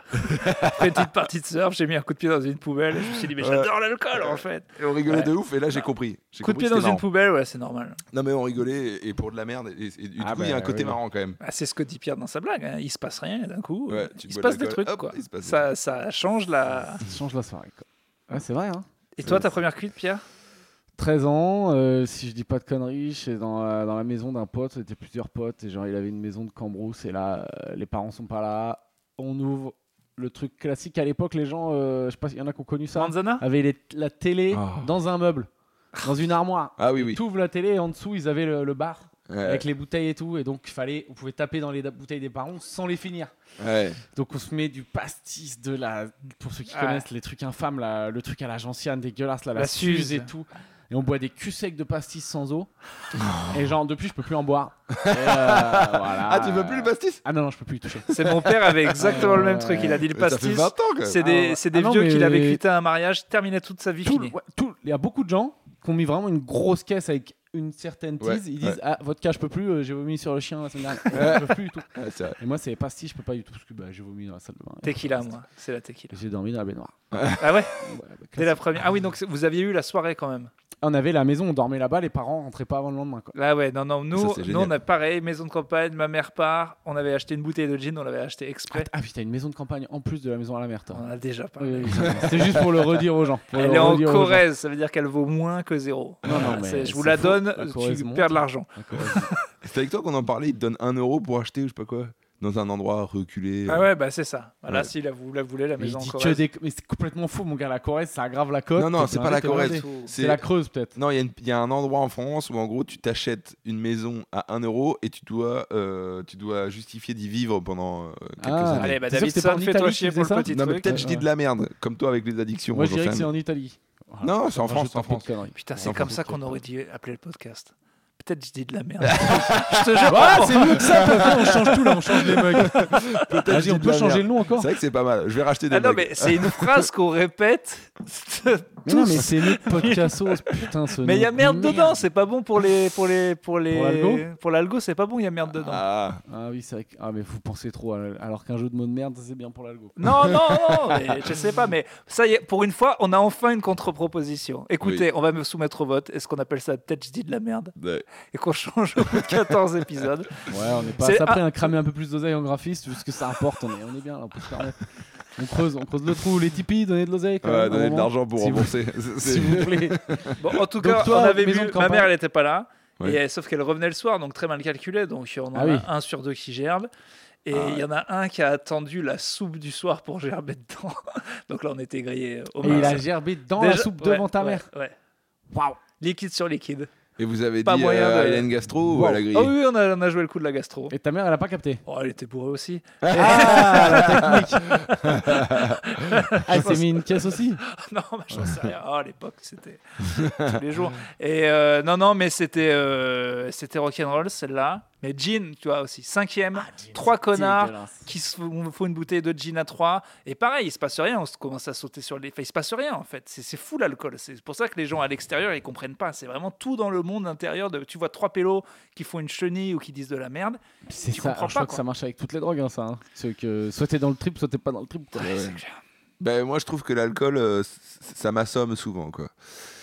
Petite partie de surf, j'ai mis un coup de pied dans une poubelle. Je me suis dit, mais Ouais. j'adore l'alcool en fait. Et on rigolait Ouais. de ouf, et là, j'ai Non. compris. J'ai Coup de compris pied que dans c'était une poubelle, ouais, c'est normal. marrant. Bah, Non, mais on rigolait, et pour de la merde. Et, et du Ah coup, il y a bah, un côté oui. marrant quand même. Bah, c'est ce que dit Pierre dans sa blague. hein. Il se passe rien et d'un coup. Ouais, euh, tu te il se bois de passe des l'alcool, trucs hop, quoi. il se passe des Ça, ça change la. Ça change la soirée. quoi. Ouais, c'est vrai. Hein. Et toi, ta première cuite, Pierre 13 ans, euh, si je dis pas de conneries, j'étais dans, la- dans la maison d'un pote, c'était plusieurs potes, et genre il avait une maison de Cambrousse, et là euh, les parents sont pas là, on ouvre le truc classique à l'époque, les gens, euh, je sais pas s'il y en a qui ont connu ça, Manzana avaient les- la télé Ah. dans un meuble, dans une armoire. Ah oui, oui. Tu ouvres la télé et en dessous ils avaient le, le bar Ouais. avec les bouteilles et tout, et donc fallait, on pouvait taper dans les da- bouteilles des parents sans les finir. Ouais. Donc on se met du pastis, de la, pour ceux qui Ah. connaissent les trucs infâmes, là, le truc à la gentiane dégueulasse, là, la, La suze. suze. et tout. Et on boit des culs secs de pastis sans eau. et genre depuis je peux plus en boire. Et, euh, voilà. Ah, tu veux plus le pastis Ah non, non je peux plus y toucher. C'est mon père avait exactement le même Euh, truc. Il a dit le Ça fait pastis. 20 ans, quand même. C'est Ah des, ouais. c'est des Ah non, vieux mais- qu'il avait cuité à un mariage, terminé toute sa vie Tout le- finie. ouais, tout- Il y a beaucoup de gens qui ont mis vraiment une grosse caisse avec une certaine tease. Ouais, Ils ouais. disent ah vodka je peux plus, euh, j'ai vomi sur le chien la semaine dernière. je peux plus du tout. Ouais, Ah, c'est vrai. Et moi c'est pastis, je peux pas du tout parce que bah, j'ai vomi dans la salle de bain. Tequila, moi. C'est la tequila. J'ai dormi dans la baignoire. Ah ouais Voilà, bah, Dès la première. Ah oui, donc c'est- vous aviez eu la soirée quand même. On avait la maison, on dormait là-bas, les parents rentraient pas avant le lendemain. Quoi. Là, ouais, non, non, nous, c'est nous génial. on a pareil, maison de campagne, ma mère part, on avait acheté une bouteille de gin, on l'avait acheté exprès. Ah putain, une maison de campagne en plus de la maison à la mer, toi. On en a déjà Oui, parlé. oui, oui. C'est juste pour le redire aux gens. pour le Elle est en redire aux gens. Corrèze, ça veut dire qu'elle vaut moins que zéro. Non, non, Voilà, mais c'est- je vous c'est la faux. donne, La Corrèze tu monte. perds de l'argent. La Corrèze. C'est avec toi qu'on en parlait, il te donne 1 euro pour acheter ou je sais pas quoi, dans un endroit reculé. Ah ouais, bah c'est ça. Voilà, Ouais. si la, vous la voulez, la Mais il maison en dit que Corrèze. des- mais c'est complètement fou, mon gars. La Corrèze, ça aggrave la côte. Non, non, c'est pas la Corrèze. Tout. C'est la Creuse, peut-être. Non, il y a une- il y, a un endroit en France où en gros tu t'achètes une maison à 1 euro et tu dois, euh, tu dois justifier d'y vivre pendant euh, quelques Ah. années. Allez, bah T'es sûr que c'est Davidson, pas en fais-toi Italie chier qu'ils pour le faisaient ça petit non, mais truc. peut-être je dis de la merde, comme toi avec les addictions. Moi, je j'en dirais sais que c'est rien. en Italie. Voilà. Non, c'est en Je France, te en raconte France. de conneries. Putain, Non, c'est comme par ça contre, qu'on je- aurait dû appeler le podcast. Peut-être je dis de la merde. je te jure. Voilà, Ah, c'est mieux que ça. Peut-être on change tout là, on change les mugs. Vas-y, on de peut la changer merde. le nom encore. C'est vrai que c'est pas mal. Je vais racheter des Ah non, blagues. mais c'est une phrase qu'on répète. Mais non, mais c'est mieux que Podcastos. Putain, ce mais il y a nom. merde dedans, c'est pas bon pour les pour les pour les l'algo pour l'algo, c'est pas bon, il y a merde dedans. Ah, Ah oui, c'est vrai. que- Ah, mais vous pensez trop. à- Alors qu'un jeu de mots de merde, c'est bien pour l'algo. Non, non, non, mais je sais pas, mais ça y est, pour une fois, on a enfin une contre-proposition. Écoutez, on va me soumettre au vote. Est-ce qu'on appelle ça peut-être je dis de la merde ouais. Ah, et qu'on change au bout de 14 épisodes Ouais, on n'est pas C'est- ça prêt à cramer un peu plus d'oseille en graphiste, vu ce que ça rapporte, on est, on est bien là, on peut se permettre. On creuse, on creuse le trou, les Tipees, donner de l'oseille. quand Ouais, même, donner un de moment, l'argent pour Si vous- rembourser. C'est- c'est- S'il vous plaît. Bon, en tout Donc cas, toi, on avait maison vu. de Ma mère, campagne. elle n'était pas là. Ouais. Et, euh, sauf qu'elle revenait le soir, donc très mal calculé. Donc on en Ah a oui. un sur deux qui gerbe. Et il Ah y en a un qui a attendu la soupe du soir pour gerber dedans. donc là, on était grillés au Et max. il a gerbé dans la Déjà- soupe ouais, devant ta ouais, mère. ouais. Waouh. Liquide sur liquide. Et vous avez Pas dit moyen euh, de- Hélène Gastro ou Wow. à la grille Oh oui, on a, on a joué le coup de la gastro. Et ta mère, elle a pas capté. Oh, elle était bourrée aussi. Ah, la technique. elle s'est mis une caisse aussi. non, mais j'en sais rien. Ah, à l'époque, c'était tous les jours. Et euh, non, non, mais c'était euh, c'était rock'n'roll celle-là. Mais Jean, tu vois aussi. Cinquième, trois connards qui se font font une bouteille de gin à 3 et pareil il se passe rien on se commence à sauter sur les enfin, il se passe rien en fait c'est c'est fou l'alcool c'est pour ça que les gens à l'extérieur ils comprennent pas c'est vraiment tout dans le monde intérieur de tu vois trois pélos qui font une chenille ou qui disent de la merde C'est Tu ça, comprends je crois pas, que quoi. ça marche avec toutes les drogues, hein, ça. hein. C'est que soit t'es dans le trip, soit t'es pas dans le trip. quoi. Ouais, ouais. c'est clair. Ben, moi, je trouve que l'alcool, euh, c- ça m'assomme souvent. Quoi.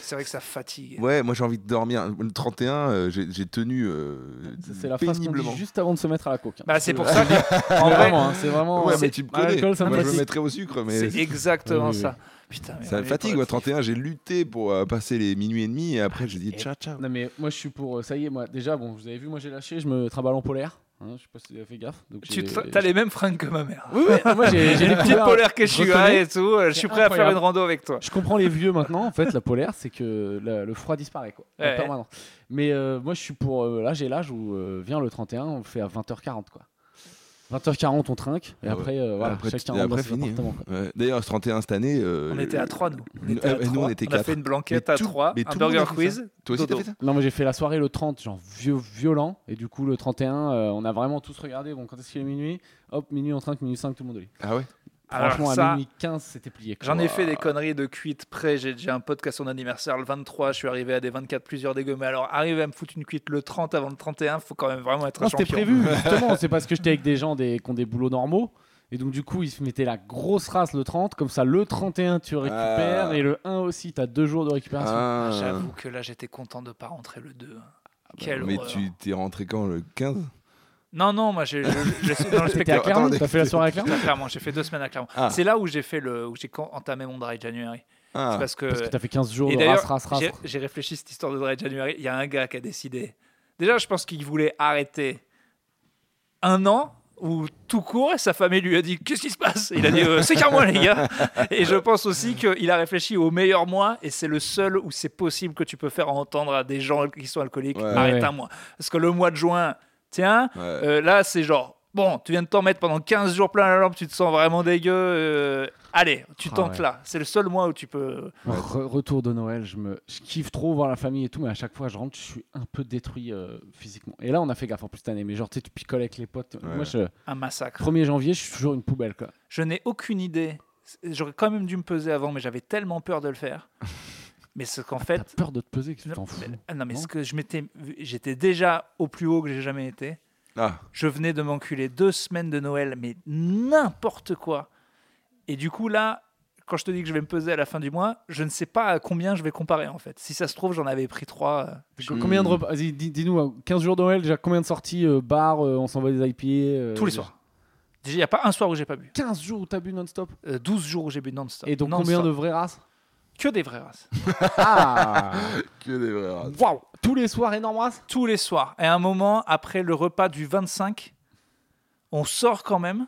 c'est vrai que ça fatigue Ouais, moi, j'ai envie de dormir. Le 31, euh, j'ai j'ai tenu euh, Ça, C'est la phrase qu'on péniblement. dit juste avant de se mettre à la coke. hein. bah, c'est pour ça que, en Mais vrai Vraiment, hein, c'est vraiment. Ouais, c'est- mais tu me Ah, connais. l'alcool, ça me Moi, je me fatigue. mettrais au sucre, mais c'est exactement Oui, oui, ça putain mais ça on me est fatigue. pas Moi, là-dessus. 31, j'ai lutté pour euh, passer les minuit et demi, et après, j'ai dit Et- ciao, ciao. Non mais moi je suis pour euh, ça y est moi déjà bon vous avez vu moi j'ai lâché je me traballe en polaire hein, je sais pas si vous avez fait gaffe donc tu j'ai- tra- t'as les mêmes fringues que ma mère oui, oui, moi j'ai j'ai j'ai les petites découvert- polaires que je suis reconnais. et tout euh, je suis C'est prêt à faire incroyable. une rando avec toi je comprends les vieux maintenant en fait la polaire c'est que la- le froid disparaît quoi en Ouais. permanent. mais euh, moi je suis pour euh, là j'ai l'âge où euh, vient le 31 on le fait à 20h40 quoi 20h40 on trinque et Ah ouais. après euh, voilà Après, chacun et rentre dans après, ses fini, hein. appartements, quoi. Ouais. D'ailleurs, ce 31 cette année. euh, on était à 3 nous on nous- était à euh, nous, on trois. était on a quatre. fait une blanquette à tout- 3 mais un tout le monde burger a fait quiz Toi aussi, t'as Dodo. fait ça non mais j'ai fait la soirée le 30 genre vieux violent et du coup le 31 euh, on a vraiment tous regardé bon quand est-ce qu'il est minuit hop minuit on trinque minuit 5 tout le monde au lit Ah ouais Alors Franchement, ça- à minuit 15, c'était plié. quoi. J'en ai fait des conneries de cuite près. J'ai j'ai un pote qui a son anniversaire le 23. Je suis arrivé à des 24 plusieurs dégâts. Mais alors, arriver à me foutre une cuite le 30 avant le 31, faut quand même vraiment Ah, être un Non, c'était champion. prévu, justement. C'est parce que j'étais avec des gens des, qui ont des boulots normaux. Et donc, du coup, ils se mettaient la grosse race le 30. Comme ça, le 31, tu récupères. Ah. Et le 1 aussi, t'as deux jours de récupération. Ah, bah, Ah, J'avoue que là, j'étais content de pas rentrer le 2. Quelle mais horreur. tu t'es rentré quand le 15 Non, non, moi, j'ai- je- je suis dans le T'étais à spectacle. Clermont attendez. T'as fait la soirée à Clermont À Clermont, j'ai fait deux semaines à Clermont. Ah. C'est là où j'ai fait le, où j'ai con- entamé mon dry January. C'est Ah, parce que, Parce que t'as fait 15 jours et de race, d'ailleurs, race, race. j'ai- j'ai réfléchi à cette histoire de dry January. Il y a un gars qui a décidé. Déjà, je pense qu'il voulait arrêter un an ou tout court. Et sa famille lui a dit qu'est-ce qui se passe Et Il a dit Euh, c'est qu'un mois les gars. Et je pense aussi qu'il a réfléchi au meilleur mois et c'est le seul où c'est possible que tu peux faire entendre à des gens qui sont alcooliques Ouais. arrête Ouais. un mois. Parce que le mois de juin, tiens. ouais. Euh, là, c'est genre, bon, tu viens de t'en mettre pendant 15 jours plein la lampe, tu te sens vraiment dégueu. euh, allez, tu Ah tentes ouais. là. C'est le seul mois où tu peux. euh, Re- retour de Noël, je me je kiffe trop voir la famille et tout, mais à chaque fois je rentre, je suis un peu détruit euh, physiquement. Et là, on a fait gaffe en plus cette année, mais genre tu sais, tu picoles avec les potes. Ouais. Moi, je, Un massacre. 1er janvier, je suis toujours une poubelle quoi. Je n'ai aucune idée. J'aurais quand même dû me peser avant, mais j'avais tellement peur de le faire. Mais ce qu'en T'as fait. peur de te peser, que tu Non, t'en fous. Ah non, mais non ce que je m'étais. J'étais déjà au plus haut que j'ai jamais été. Ah, Je venais de m'enculer deux semaines de Noël, mais n'importe quoi. Et du coup, là, quand je te dis que je vais me peser à la fin du mois, je ne sais pas à combien je vais comparer, en fait. Si ça se trouve, j'en avais pris trois. euh, Co- Combien de Hmm. repas Vas-y, dis- dis-nous, euh, 15 jours de Noël, déjà combien de sorties euh, Bar, euh, on s'en va des IPA euh, Tous les des- soirs. Déjà, il n'y a pas un soir où j'ai pas bu. 15 jours où t'as bu non-stop Euh, 12 jours où j'ai bu non-stop. Et donc Non-stop. combien de vraies races Que des vraies races. Ah que des vraies races. Waouh Tous les soirs, énorme race Tous les soirs. Et à un moment, après le repas du 25, on sort quand même.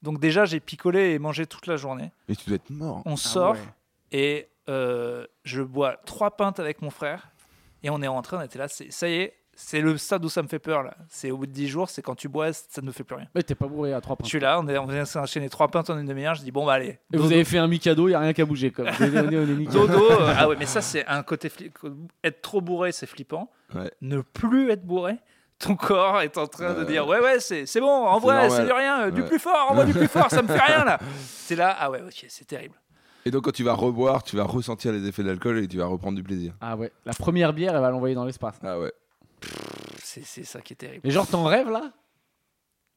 Donc déjà, j'ai picolé et mangé toute la journée. Mais tu dois être mort. Ah On sort et euh, je bois trois pintes avec mon frère. Et on est rentré, on était là. c'est- Ça y est, c'est le stade où ça me fait peur. là. C'est au bout de 10 jours, c'est quand tu bois, ça ne me fait plus rien. Mais t'es pas bourré à 3 Je points. suis là, on, est, on vient s'enchaîner trois pintes en une demi-heure. Je dis, bon, bah allez, Et vous avez fait un Mikado, il a rien qu'à bouger. Comme. on est, on est- on est nickel. Dodo, euh, ah ouais, mais ça c'est un côté fli- être trop bourré, c'est flippant. Ouais. Ne plus être bourré, ton corps est en train de Euh, dire ouais ouais c'est c'est bon, envoie, normal. c'est du rien, euh, du Ouais. plus fort, envoie du plus fort, ça me fait rien là. C'est là, ah ouais ok, c'est terrible. Et donc quand tu vas reboire, tu vas ressentir les effets de l'alcool et tu vas reprendre du plaisir. Ah ouais, la première bière, elle va l'envoyer dans l'espace. Ah ouais. C'est c'est ça qui est terrible. Et genre, t'en rêves là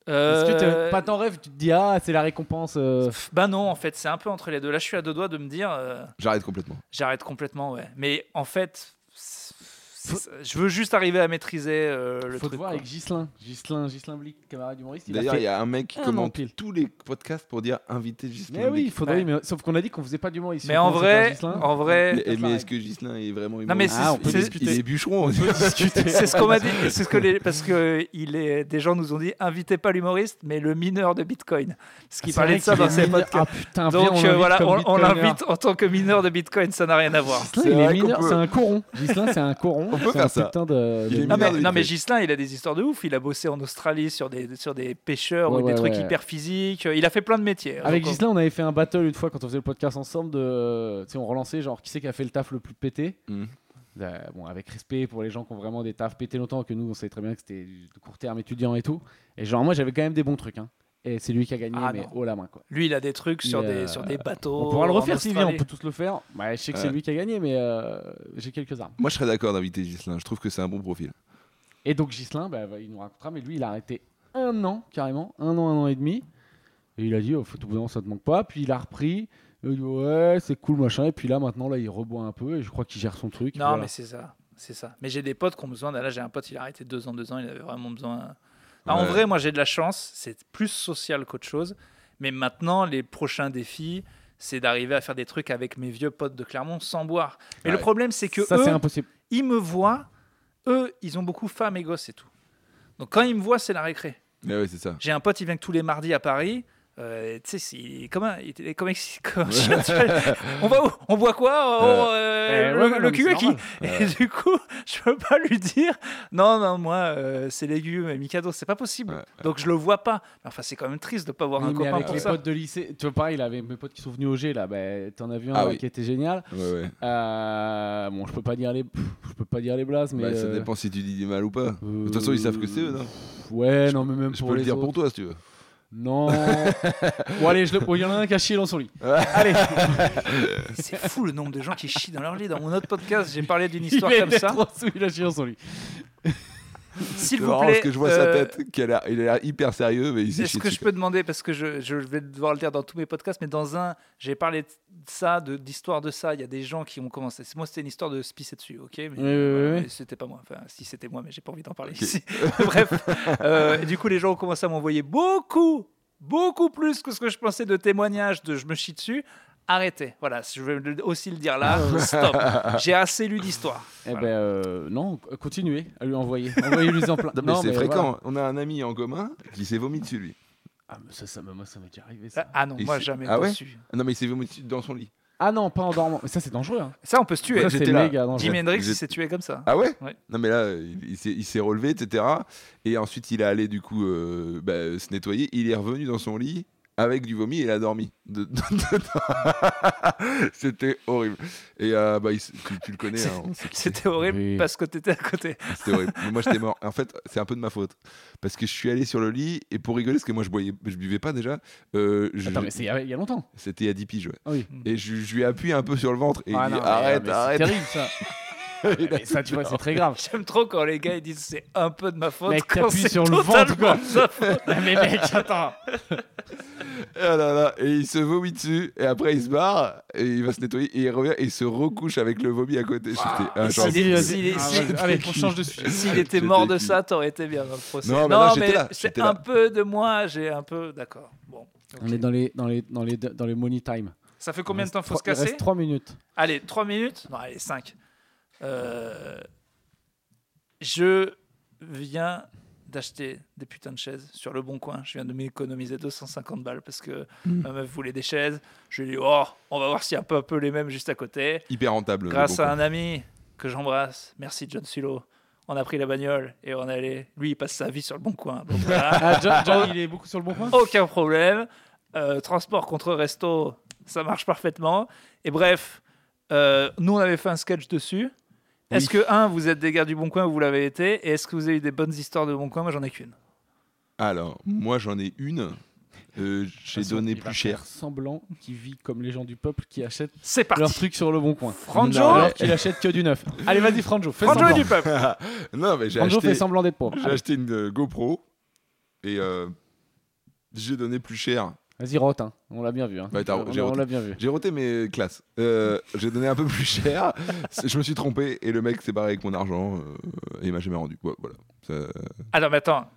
Euh, Est-ce que t'as- pas t'en rêves, tu te dis ah, c'est la récompense. euh. pff, Bah non, en fait Euh. c'est un peu entre les deux. Là je suis à deux doigts de me dire euh, J'arrête complètement. j'arrête complètement ouais. Mais en fait, c'est- c'est ça. je veux juste arriver à maîtriser euh, le Faut te truc. voir quoi. avec Gislin, Gislin, Gislin Blick, camarade humoriste. il a D'ailleurs, fait- il y a un mec qui un an commente pile. tous les podcasts pour dire inviter Gislin. Mais oui, il Beck. faudrait. Ouais. mais- Sauf qu'on a dit qu'on faisait pas d'humoriste. Mais Donc, en c'est pas vrai, Gislin. en vrai, Mais, peut-être mais la est-ce que Gislin est vraiment humoriste Non, mais c'est- Ah, on peut c'est- Il discuter. est bûcheron. On peut discuter. C'est ce qu'on m'a dit. C'est ce que les, parce que il est, des gens nous ont dit invitez pas l'humoriste, mais le mineur de Bitcoin. Parce qu'il Ah, C'est parlait vrai de ça qu'il dans est ses mineur. podcasts. Ah putain, viens, Donc euh, on l'invite voilà, comme on, on bitcoiner. l'invite en tant que mineur de Bitcoin, ça n'a rien à voir. Gislin, C'est il est vrai qu'on mineur, peut- c'est un coron. Gislin, c'est un coron. On peut C'est faire un ça. Putain de. Il est de- Non mais, Mineur de non, mais Bitcoin. Ghislain, il a des histoires de ouf. Il a bossé en Australie sur des, sur des pêcheurs Ouais, ou des ouais, trucs ouais. hyper physiques. Il a fait plein de métiers. hein, Avec Donc, Gislin, on avait fait un battle une fois quand on faisait le podcast ensemble. De, tu sais, on relançait genre qui c'est qui a fait le taf le plus pété. Mhm. Euh, bon, avec respect pour les gens qui ont vraiment des tafs pété longtemps, que nous on savait très bien que c'était du court terme étudiant et tout. Et genre, moi j'avais quand même des bons trucs. Hein. Et c'est lui qui a gagné, Ah, mais non. oh la main quoi. Lui, il a des trucs sur, Il, euh, des, sur des bateaux. on pourra le en refaire, Sylvain, on Australie. peut tous le faire. Bah, je sais que c'est Ouais. lui qui a gagné, mais euh, j'ai quelques armes. Moi, je serais d'accord d'inviter Gislin. Je trouve que c'est un bon profil. Et donc Gislin, bah, bah, il nous racontera, mais lui, il a arrêté un an carrément, un an, un an et demi. Et il a dit, oh, faut tout bon, ça te manque pas. Puis il a repris. Et il dit, ouais, c'est cool, machin. Et puis là, maintenant, là, il reboit un peu et je crois qu'il gère son truc. Non, Voilà. mais c'est ça. C'est ça. Mais j'ai des potes qui ont besoin. Là, j'ai un pote, il a arrêté deux ans, deux ans. Il avait vraiment besoin. Ah, En Ouais. vrai, moi, j'ai de la chance. C'est plus social qu'autre chose. Mais maintenant, les prochains défis, c'est d'arriver à faire des trucs avec mes vieux potes de Clermont sans boire. Mais le Ouais. problème, c'est que ça, eux, c'est impossible. ils me voient. Eux, ils ont beaucoup femmes et gosses et tout. Donc, quand ils me voient, c'est la récré. Mais ouais, c'est ça. J'ai un pote, il vient que tous les mardis à Paris. Euh, tu sais, c'est- il est comme un- il était comme un- comme un chien, tu vois. on va où On boit quoi Oh, euh, Eh, Le, ouais, ouais, le non, mais cul c'est est qui normal. et du coup, je peux pas lui dire non, non, moi, euh, c'est légumes et Mikado, c'est pas possible. Ouais, Donc je le vois pas. Mais Enfin, c'est quand même triste de pas voir Oui, un mais copain avec pour les ça. potes de lycée, tu vois, pareil, il avait mes potes qui sont venus au G, là, bah, t'en as vu un Ah là, oui. qui était génial. Ouais, ouais. Euh, bon, je peux pas dire les, pff, je peux pas dire les blases, mais Bah, Ça euh, dépend si tu dis du mal ou pas. De toute façon, ils savent que c'est eux, non pff, Ouais, non, mais même Je pour peux le les dire autres. pour toi si tu veux. Non. bon, allez, je le... bon, il y en a un qui a chié dans son lit. Allez, Et C'est fou le nombre de gens qui chient dans leur lit. Dans mon autre podcast, j'ai parlé d'une il histoire est comme ça. trop sous, il a chié dans son lit. S'il C'est vous marrant plaît. parce que je vois sa euh, tête, qu'il a l'air- il a l'air hyper sérieux, mais il s'est Est-ce chié que je dessus. peux demander, parce que je, je vais devoir le dire dans tous mes podcasts, mais dans un, j'ai parlé de ça, de- d'histoire de, ça, il y a des gens qui ont commencé. Moi, c'était une histoire de se pisser dessus, ok Mais, Oui, Mmh, oui, oui, oui. mais c'était pas moi. Enfin, si c'était moi, mais j'ai pas envie d'en parler ici. Bref, euh, et du coup, les gens ont commencé à m'envoyer beaucoup, beaucoup plus que ce que je pensais de témoignages de je me chie dessus. Arrêtez, voilà, je vais le- aussi le dire là, stop, j'ai assez lu d'histoire. Eh Voilà. ben, euh, non, continuez à lui envoyer. Envoyez-lui en plein. Non, mais c'est mais voilà. fréquent. On a un ami en commun qui s'est vomi dessus, lui. Ah, mais ça, ça, moi, ça m'est déjà arrivé, ça. Ah, Ah non, Et moi c'est- jamais Ah ouais dessus. Non, mais il s'est vomi dessus dans son lit. Ah non, pas en dormant. Mais ça, c'est dangereux. Hein. Ça, on peut se tuer. ça, Ouais, c'est j'étais là. méga dangereux. Jimi Hendrix il j'étais- s'est tué comme ça. Ah ouais, Ouais. Non mais là, euh, il, il s'est- il s'est relevé, etc. Et ensuite, il est allé du coup euh, bah, se nettoyer. Il est revenu dans son lit avec du vomi et il a dormi. De- de- de- C'était horrible. Et euh, bah, il s- tu, tu le connais, hein, on sait qui c'est. C'était horrible Oui. parce que t'étais à côté. c'était horrible. Mais moi, j'étais mort. En fait, c'est un peu de ma faute parce que je suis allé sur le lit et pour rigoler, parce que moi, je boyais, je buvais pas déjà. euh, je- Attends, mais c'est il y a- il y a longtemps. C'était à 10 piges. ouais. Ah oui. Et je, je lui ai appuyé un peu sur le ventre et Ah il non, dit mais- arrête, mais arrête. C'est terrible, ça. Ouais, mais ça, tu vois, c'est très grave. J'aime trop quand les gars ils disent c'est un peu de ma faute. Mec, quand t'appuies c'est sur le totalement ventre, quoi. de sa faute. mais mec, attends. Ah là là, et il se vomit dessus, et après il se barre, et il va se nettoyer, et il revient, et il se recouche avec le vomi à côté. J'étais un genre- s'il est- Vas-y, s'il est- vas-y. Ah, s'il- vas-y. Allez, on change de sujet. S'il était J'étais mort de qui- ça, t'aurais été bien dans le procès. Non, mais non, j'étais là, c'est j'étais un là. peu de moi, j'ai un peu. D'accord. Bon. ok. On est dans les, dans les, dans les, dans les money time. Ça fait combien de temps faut se Il casser reste 3 minutes. Allez, 3 minutes Non, allez, 5. Euh, Je viens d'acheter des putains de chaises sur le bon coin. Je viens de m'économiser 250 balles parce que Mm. ma meuf voulait des chaises. Je lui ai dit, oh, on va voir s'il y a pas un peu les mêmes juste à côté. hyper rentable. le Grâce bon à un ami que j'embrasse, merci John Sulo, on a pris la bagnole et on est allé. Lui, il passe sa vie sur le bon coin. Donc voilà, Ah, John, John, il est beaucoup sur le bon coin aucun problème. Euh, transport contre resto, ça marche parfaitement. Et bref, euh, nous, on avait fait un sketch dessus. Est-ce que, un, vous êtes des gars du bon coin, vous l'avez été Et est-ce que vous avez eu des bonnes histoires de bon coin Moi, j'en ai qu'une. coin. Alors, moi j'en ai une, euh, De j'ai toute façon, donné il va plus faire cher. semblant qui vit comme les gens du peuple qui achètent C'est leurs parti trucs sur le bon coin. Franjo Alors qu'il achète que du neuf. Allez, vas-y, Franjo. Fais Franjo est semblant. du peuple non, mais j'ai Franjo fait acheté, semblant d'être pauvre. j'ai Allez, acheté une euh, GoPro, et euh, j'ai donné plus cher. Vas-y, rote. hein. On l'a bien vu. hein. Ouais, t'as- on j'ai on roté. l'a bien vu. J'ai roté mes classes. Euh, j'ai donné un peu plus cher, C'est- je me suis trompé, et le mec s'est barré avec mon argent, euh, et il m'a jamais rendu. Ouais, voilà. Ça- Alors, Ah, mais attends,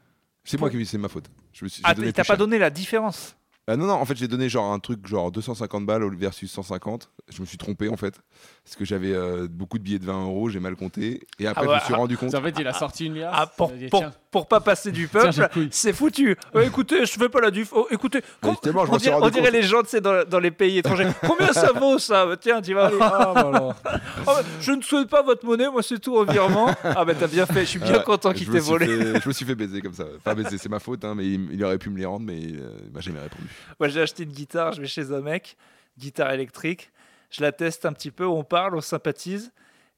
C'est moi qui c'est ma faute. Je me suis, j'ai Ah, donné t'as plus cher. pas donné la différence Ah non, non, en fait, j'ai donné genre un truc genre 250 balles au- versus 150. Je me suis trompé en fait. Parce que j'avais euh, beaucoup de billets de 20 euros, j'ai mal compté. Et après, Ah ouais, je me suis ah, rendu compte. En fait, il a sorti une liasse. Ah, pour, Il a dit, pour, tiens, pour pas passer du Tiens, peuple, j'ai le couille. c'est foutu. Euh, écoutez, je fais pas la duf. Oh, écoutez, com- Ah, justement, je on, m'en suis dirait, rendu on dirait compte. les gens tu sais, dans, dans les pays étrangers. Combien ça vaut ça Euh, Tiens, tu vas. Ah, allez, oh, voilà. Ah je ne souhaite pas votre monnaie, moi c'est tout en virement. Ah, ben t'as bien fait, je suis bien Ah, content je qu'il me t'ait suis volé. fait- je me suis fait baiser comme ça. Enfin, baiser, c'est ma faute, hein, mais il, il aurait pu me les rendre, mais euh, il m'a jamais répondu. Moi, j'ai acheté une guitare, je vais chez un mec, guitare électrique. Je la teste un petit peu, on parle, on sympathise.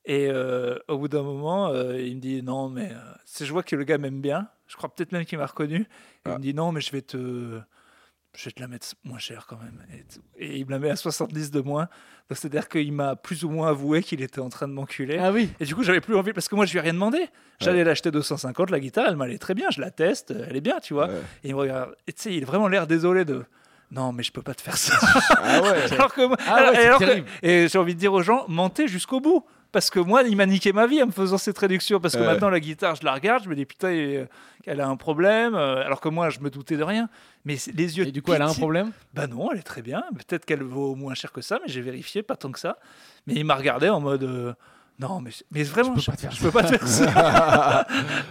Et euh, au bout d'un moment, euh, il me dit non, mais euh, c'est- je vois que le gars m'aime bien. Je crois peut-être même qu'il m'a reconnu. Et Ah. Il me dit non, mais je vais te, je vais te la mettre moins cher quand même. Et, tout. Et il me la met à 70 de moins. Donc c'est-à-dire qu'il m'a plus ou moins avoué qu'il était en train de m'enculer. Ah oui. Et du coup, j'avais plus envie parce que moi, je lui ai rien demandé. J'allais l'acheter 250, la guitare, elle m'allait très bien. Je la teste, euh, elle est bien, tu vois. Ouais. Et il me regarde. Et tu sais, il a vraiment l'air désolé de. Non, mais je peux pas te faire ça. Ah ouais alors que moi- Ah ouais, c'est alors que- terrible. et j'ai envie de dire aux gens, mentez jusqu'au bout. Parce que moi, il m'a niqué ma vie en me faisant cette réduction. Parce que Ouais. maintenant, la guitare, je la regarde, je me dis putain, euh, elle a un problème. euh, Alors que moi, je me doutais de rien. Mais c'est- les yeux. Et du coup, elle a un pitié- problème Bah non, elle est très bien. Peut-être qu'elle vaut moins cher que ça, mais j'ai vérifié, pas tant que ça. Mais il m'a regardé en mode. euh, non, mais, mais vraiment, peux je pas te faire je peux pas te faire ça.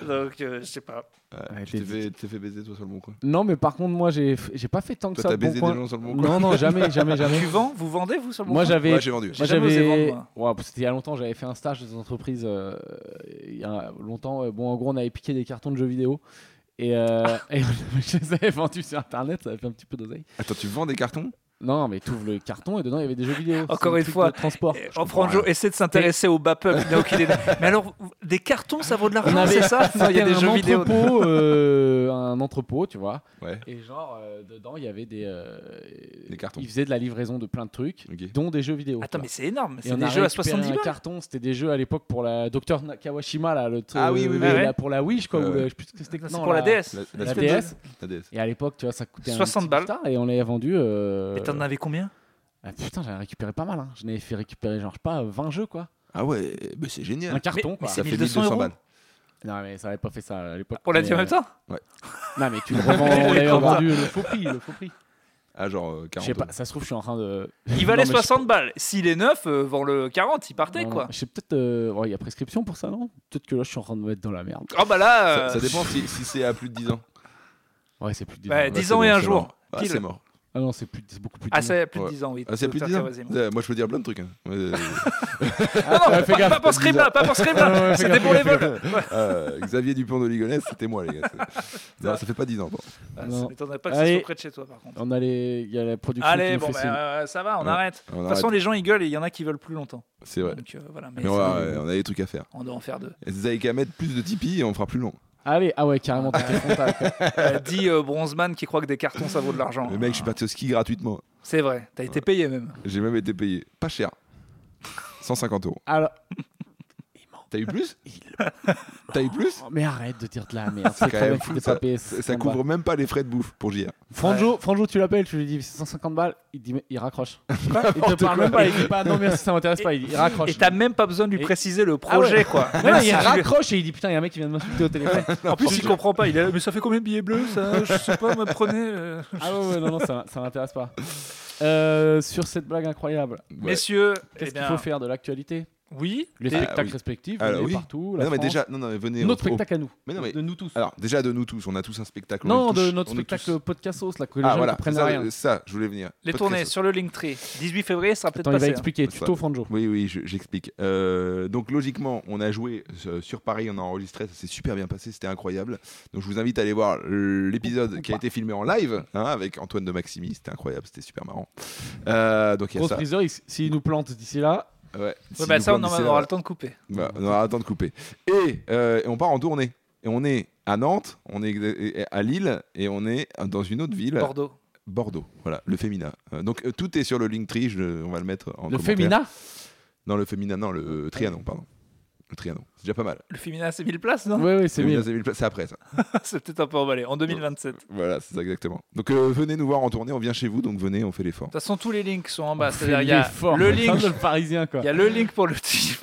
Donc, euh, je sais pas. Ouais, Tu t'es t'es- fait, tu t'es fait baiser toi sur le bon coin Non, mais par contre, moi, j'ai f- j'ai pas fait tant que Toi, ça. t'as de bon baisé coin. des gens sur le bon coin Non, non, jamais, jamais, jamais. Tu vends Vous vendez, vous, sur le bon Moi, coin j'avais. Ouais, j'ai vendu. J'ai Moi jamais osé j'avais. vendre, Ouais, C'était il y a longtemps, j'avais fait un stage dans une entreprise euh, il y a longtemps. euh, Bon, en gros, on avait piqué des cartons de jeux vidéo. Et, euh, et je les avais vendus sur internet, ça avait fait un petit peu d'oseille. Attends, tu vends des cartons Non, mais t'ouvres le carton et dedans il y avait des jeux vidéo. Encore C'est un une truc fois, de transport. Eh, Je En comprends franjo, rien. essaie de s'intéresser au bas peuple. il n'a aucune idée. Mais alors, des cartons, ça vaut de On l'argent, avait- c'est ça Non, Il y a C'était des un jeux vidéo. entrepôt, euh, un entrepôt, tu vois. Ouais. Et genre, euh, dedans, il y avait des. euh, Des cartons. Ils faisaient de la livraison de plein de trucs, Ok. dont des jeux vidéo. Attends, tu mais c'est énorme. Et C'est on des a jeux à récupéré 70 un balles. carton, c'était des jeux à l'époque pour la Docteur Kawashima, là, le Ah oui, oui, le- oui. la, pour la Wii, je crois, Euh, ou le- je sais plus ce que c'était. Non, C'est non, pour la DS. la- E La Espèce de- DS. La DS. Et à l'époque, tu vois, ça coûtait un 60 petit balles. pita, et on l'avait vendu. euh, Et t'en avais combien ah, putain, j'avais récupéré pas mal. Hein. Je n'avais fait récupérer, genre, je sais pas, 20 jeux, quoi. Ah ouais, mais c'est génial. Un carton, mais quoi. c'est Ça fait 1200 euros. balles. Non, mais ça avait pas fait ça à l'époque. Pour la mais, dire en même euh, temps Non, mais tu le revends, on l'avait Comment vendu le faux prix, le faux prix. Ah, genre euh, Je 40 sais pas, ça se trouve, je suis en train de. Il Non, valait mais je- 60 balles. S'il est neuf, euh, vend le 40, il partait Non, quoi. Je sais peut-être. euh, ouais, Il y a prescription pour ça, non Peut-être que là, je suis en train de me mettre dans la merde. Ah bah là, Ça, euh, ça dépend si, si c'est à plus de 10 ans. Ouais, c'est plus de dix Ouais, ans. Là, 10 c'est ans et un c'est jour. mort. Ah, Pile. c'est mort. Ah non, c'est plus, c'est beaucoup plus. de ah, dix ans. c'est plus de Ouais. 10 ans, oui. Ah, c'est à plus de 10 ans Ouais, Moi, je peux dire plein de trucs. hein. Ouais, Non, non, Ouais, fais pas, gaffe, pas pour c'est ce crime-là, pas pour ce Ouais, ouais, crime-là. fais C'était gaffe, pour les fais gaffe. vols. euh, Xavier Dupont de Ligonnès, c'était moi, les gars. C'est- Non, ça fait pas 10 ans. bon. Ah, Non. Ça m'étonnerait pas que ce Allez. soit près de chez toi par contre. On a les. Il y a la production. qui Allez, nous bon, fait signe. bah, euh, ça va, on Ouais. arrête. De On toute arrête. façon, les gens, ils gueulent et il y en a qui veulent plus longtemps. C'est vrai. Donc euh, voilà, mais Mais on, ça, va- on a des trucs à faire. on doit en faire deux. Zaïk Ahmed, plus de Tipeee et on fera plus long. Allez, ah ouais, carrément, t'es frontal. quoi. Euh, dit euh, Bronzeman qui croit que des cartons ça vaut de l'argent. Le mec, je suis parti au ski gratuitement. C'est vrai, t'as été payé même. J'ai même été payé. Pas cher. 150 euros. Alors. T'as eu plus Il... T'as eu plus Oh, mais arrête de dire de la merde. C'est quand quand même même fou, des ça. papiers, Ça, 50 couvre balles. même pas les frais de bouffe pour JR. Franjo, Franjo, tu l'appelles, tu lui dis c'est 150 balles, il, dit, il raccroche. il te N'importe parle quoi. même pas, il dit pas non merci, ça m'intéresse pas, il, il raccroche. Et t'as même pas besoin de lui Et- préciser le Ah ouais. projet quoi. Non, Même il si tu lui- raccroche et il dit putain, il y a un mec qui vient de m'insulter au téléphone. En plus, il comprend pas. Il est là, mais ça fait combien de billets bleus ça Je sais pas, me prenez. euh. ah ouais, ouais, non, non, ça, ça m'intéresse pas. Euh, sur cette blague incroyable, Ouais. Messieurs, eh qu'est-ce qu'il bien, faut faire de l'actualité Oui, Les Et- spectacles Ah oui. respectifs, Alors on est oui. partout. Mais La non, mais France. déjà, non, non, mais venez. notre on- on- spectacle à nous, Mais non, mais- de nous tous. Alors, déjà, de nous tous, on a tous un spectacle. on non, est tous- de notre on est tous- spectacle podcast sauce, là, que les Ah gens voilà, comprennent ça, rien. euh, ça, je voulais venir. les Podcast. tournées sur le Linktree. 18 février ça sera peut-être Attends, il va passé. hein. expliquer. Ça- Tuto Franjo. Oui, oui, je- j'explique. Euh, donc logiquement, on a joué euh, sur Paris, on a enregistré, ça s'est super bien passé, c'était incroyable. Donc je vous invite à aller voir l'épisode qui a été filmé en live hein, avec Antoine de Maximi, c'était incroyable, c'était super marrant. Euh, donc il y a Grosse ça. prise de risque. S'il nous plante d'ici là, Ouais, Ouais, Si bah, nous ça, on, plante en d'ici là, aura le temps de couper. voilà, on aura le temps Bah, de couper. Et, euh, et on part en tournée. Et on est à Nantes, on est exa- à Lille et on est dans une autre ville, Bordeaux. Bordeaux. Voilà, le Fémina. Euh, donc euh, tout est sur le Linktree, je- on va le mettre en le commentaire. féminin. Non, le Fémina, non, le Trianon, pardon. Le Trianon, c'est déjà pas mal. Le féminin, c'est 1000 places, non Oui, oui, c'est Le mieux. Fémina, c'est mille places, C'est après ça. C'est peut-être un peu emballé. En 2027. De Voilà, c'est ça exactement. Donc euh, venez nous voir en tournée, on vient chez vous, donc venez, on fait l'effort. toute façon, tous les links sont en bas. On fait C'est-à-dire, il y a l'effort, le on est link. comme le parisien, quoi. Il y a le link pour le Tipeee,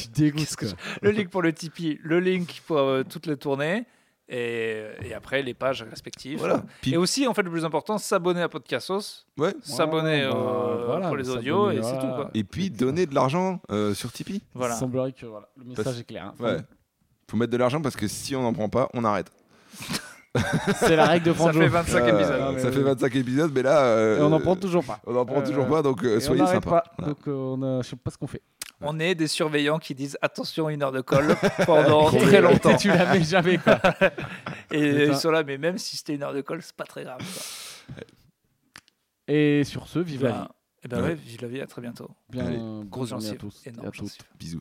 Tu dégoûtes, quoi. le link pour le Tipeee, le link pour euh, toutes les tournées et, et après les pages respectives. Voilà. Puis- Et aussi, en fait, le plus important, s'abonner à Podcastos, Ouais. s'abonner euh, Ouais, bah, voilà, pour les s'abonner, audios et voilà. c'est tout. Quoi. Et puis donner de l'argent euh, sur Tipeee. Voilà. Il semblerait que voilà, le message Parce- est clair. hein. Ouais. Faut mettre de l'argent parce que si on n'en prend pas, on arrête. C'est la règle de Ça Franjo. fait 25 Euh, épisodes. Non, Ah, mais ça oui. fait 25 épisodes, mais là. euh, Et on n'en prend toujours pas. on en prend Euh, toujours pas, donc euh, Et soyez on n'arrête sympa. pas. Donc euh, on a- je sais pas ce qu'on fait. On est des surveillants qui disent attention, une heure de colle pendant très longtemps. tu l'avais jamais quoi. Et Putain. ils sont là, mais même si c'était une heure de colle, c'est pas très grave. quoi. Et sur ce, vive la vie. Ben, eh ben Ouais. ouais, vive la vie, à très bientôt. Bien, Allez. bonne Gros journée à gencive. tous et à Énorme toutes. gencive. Bisous.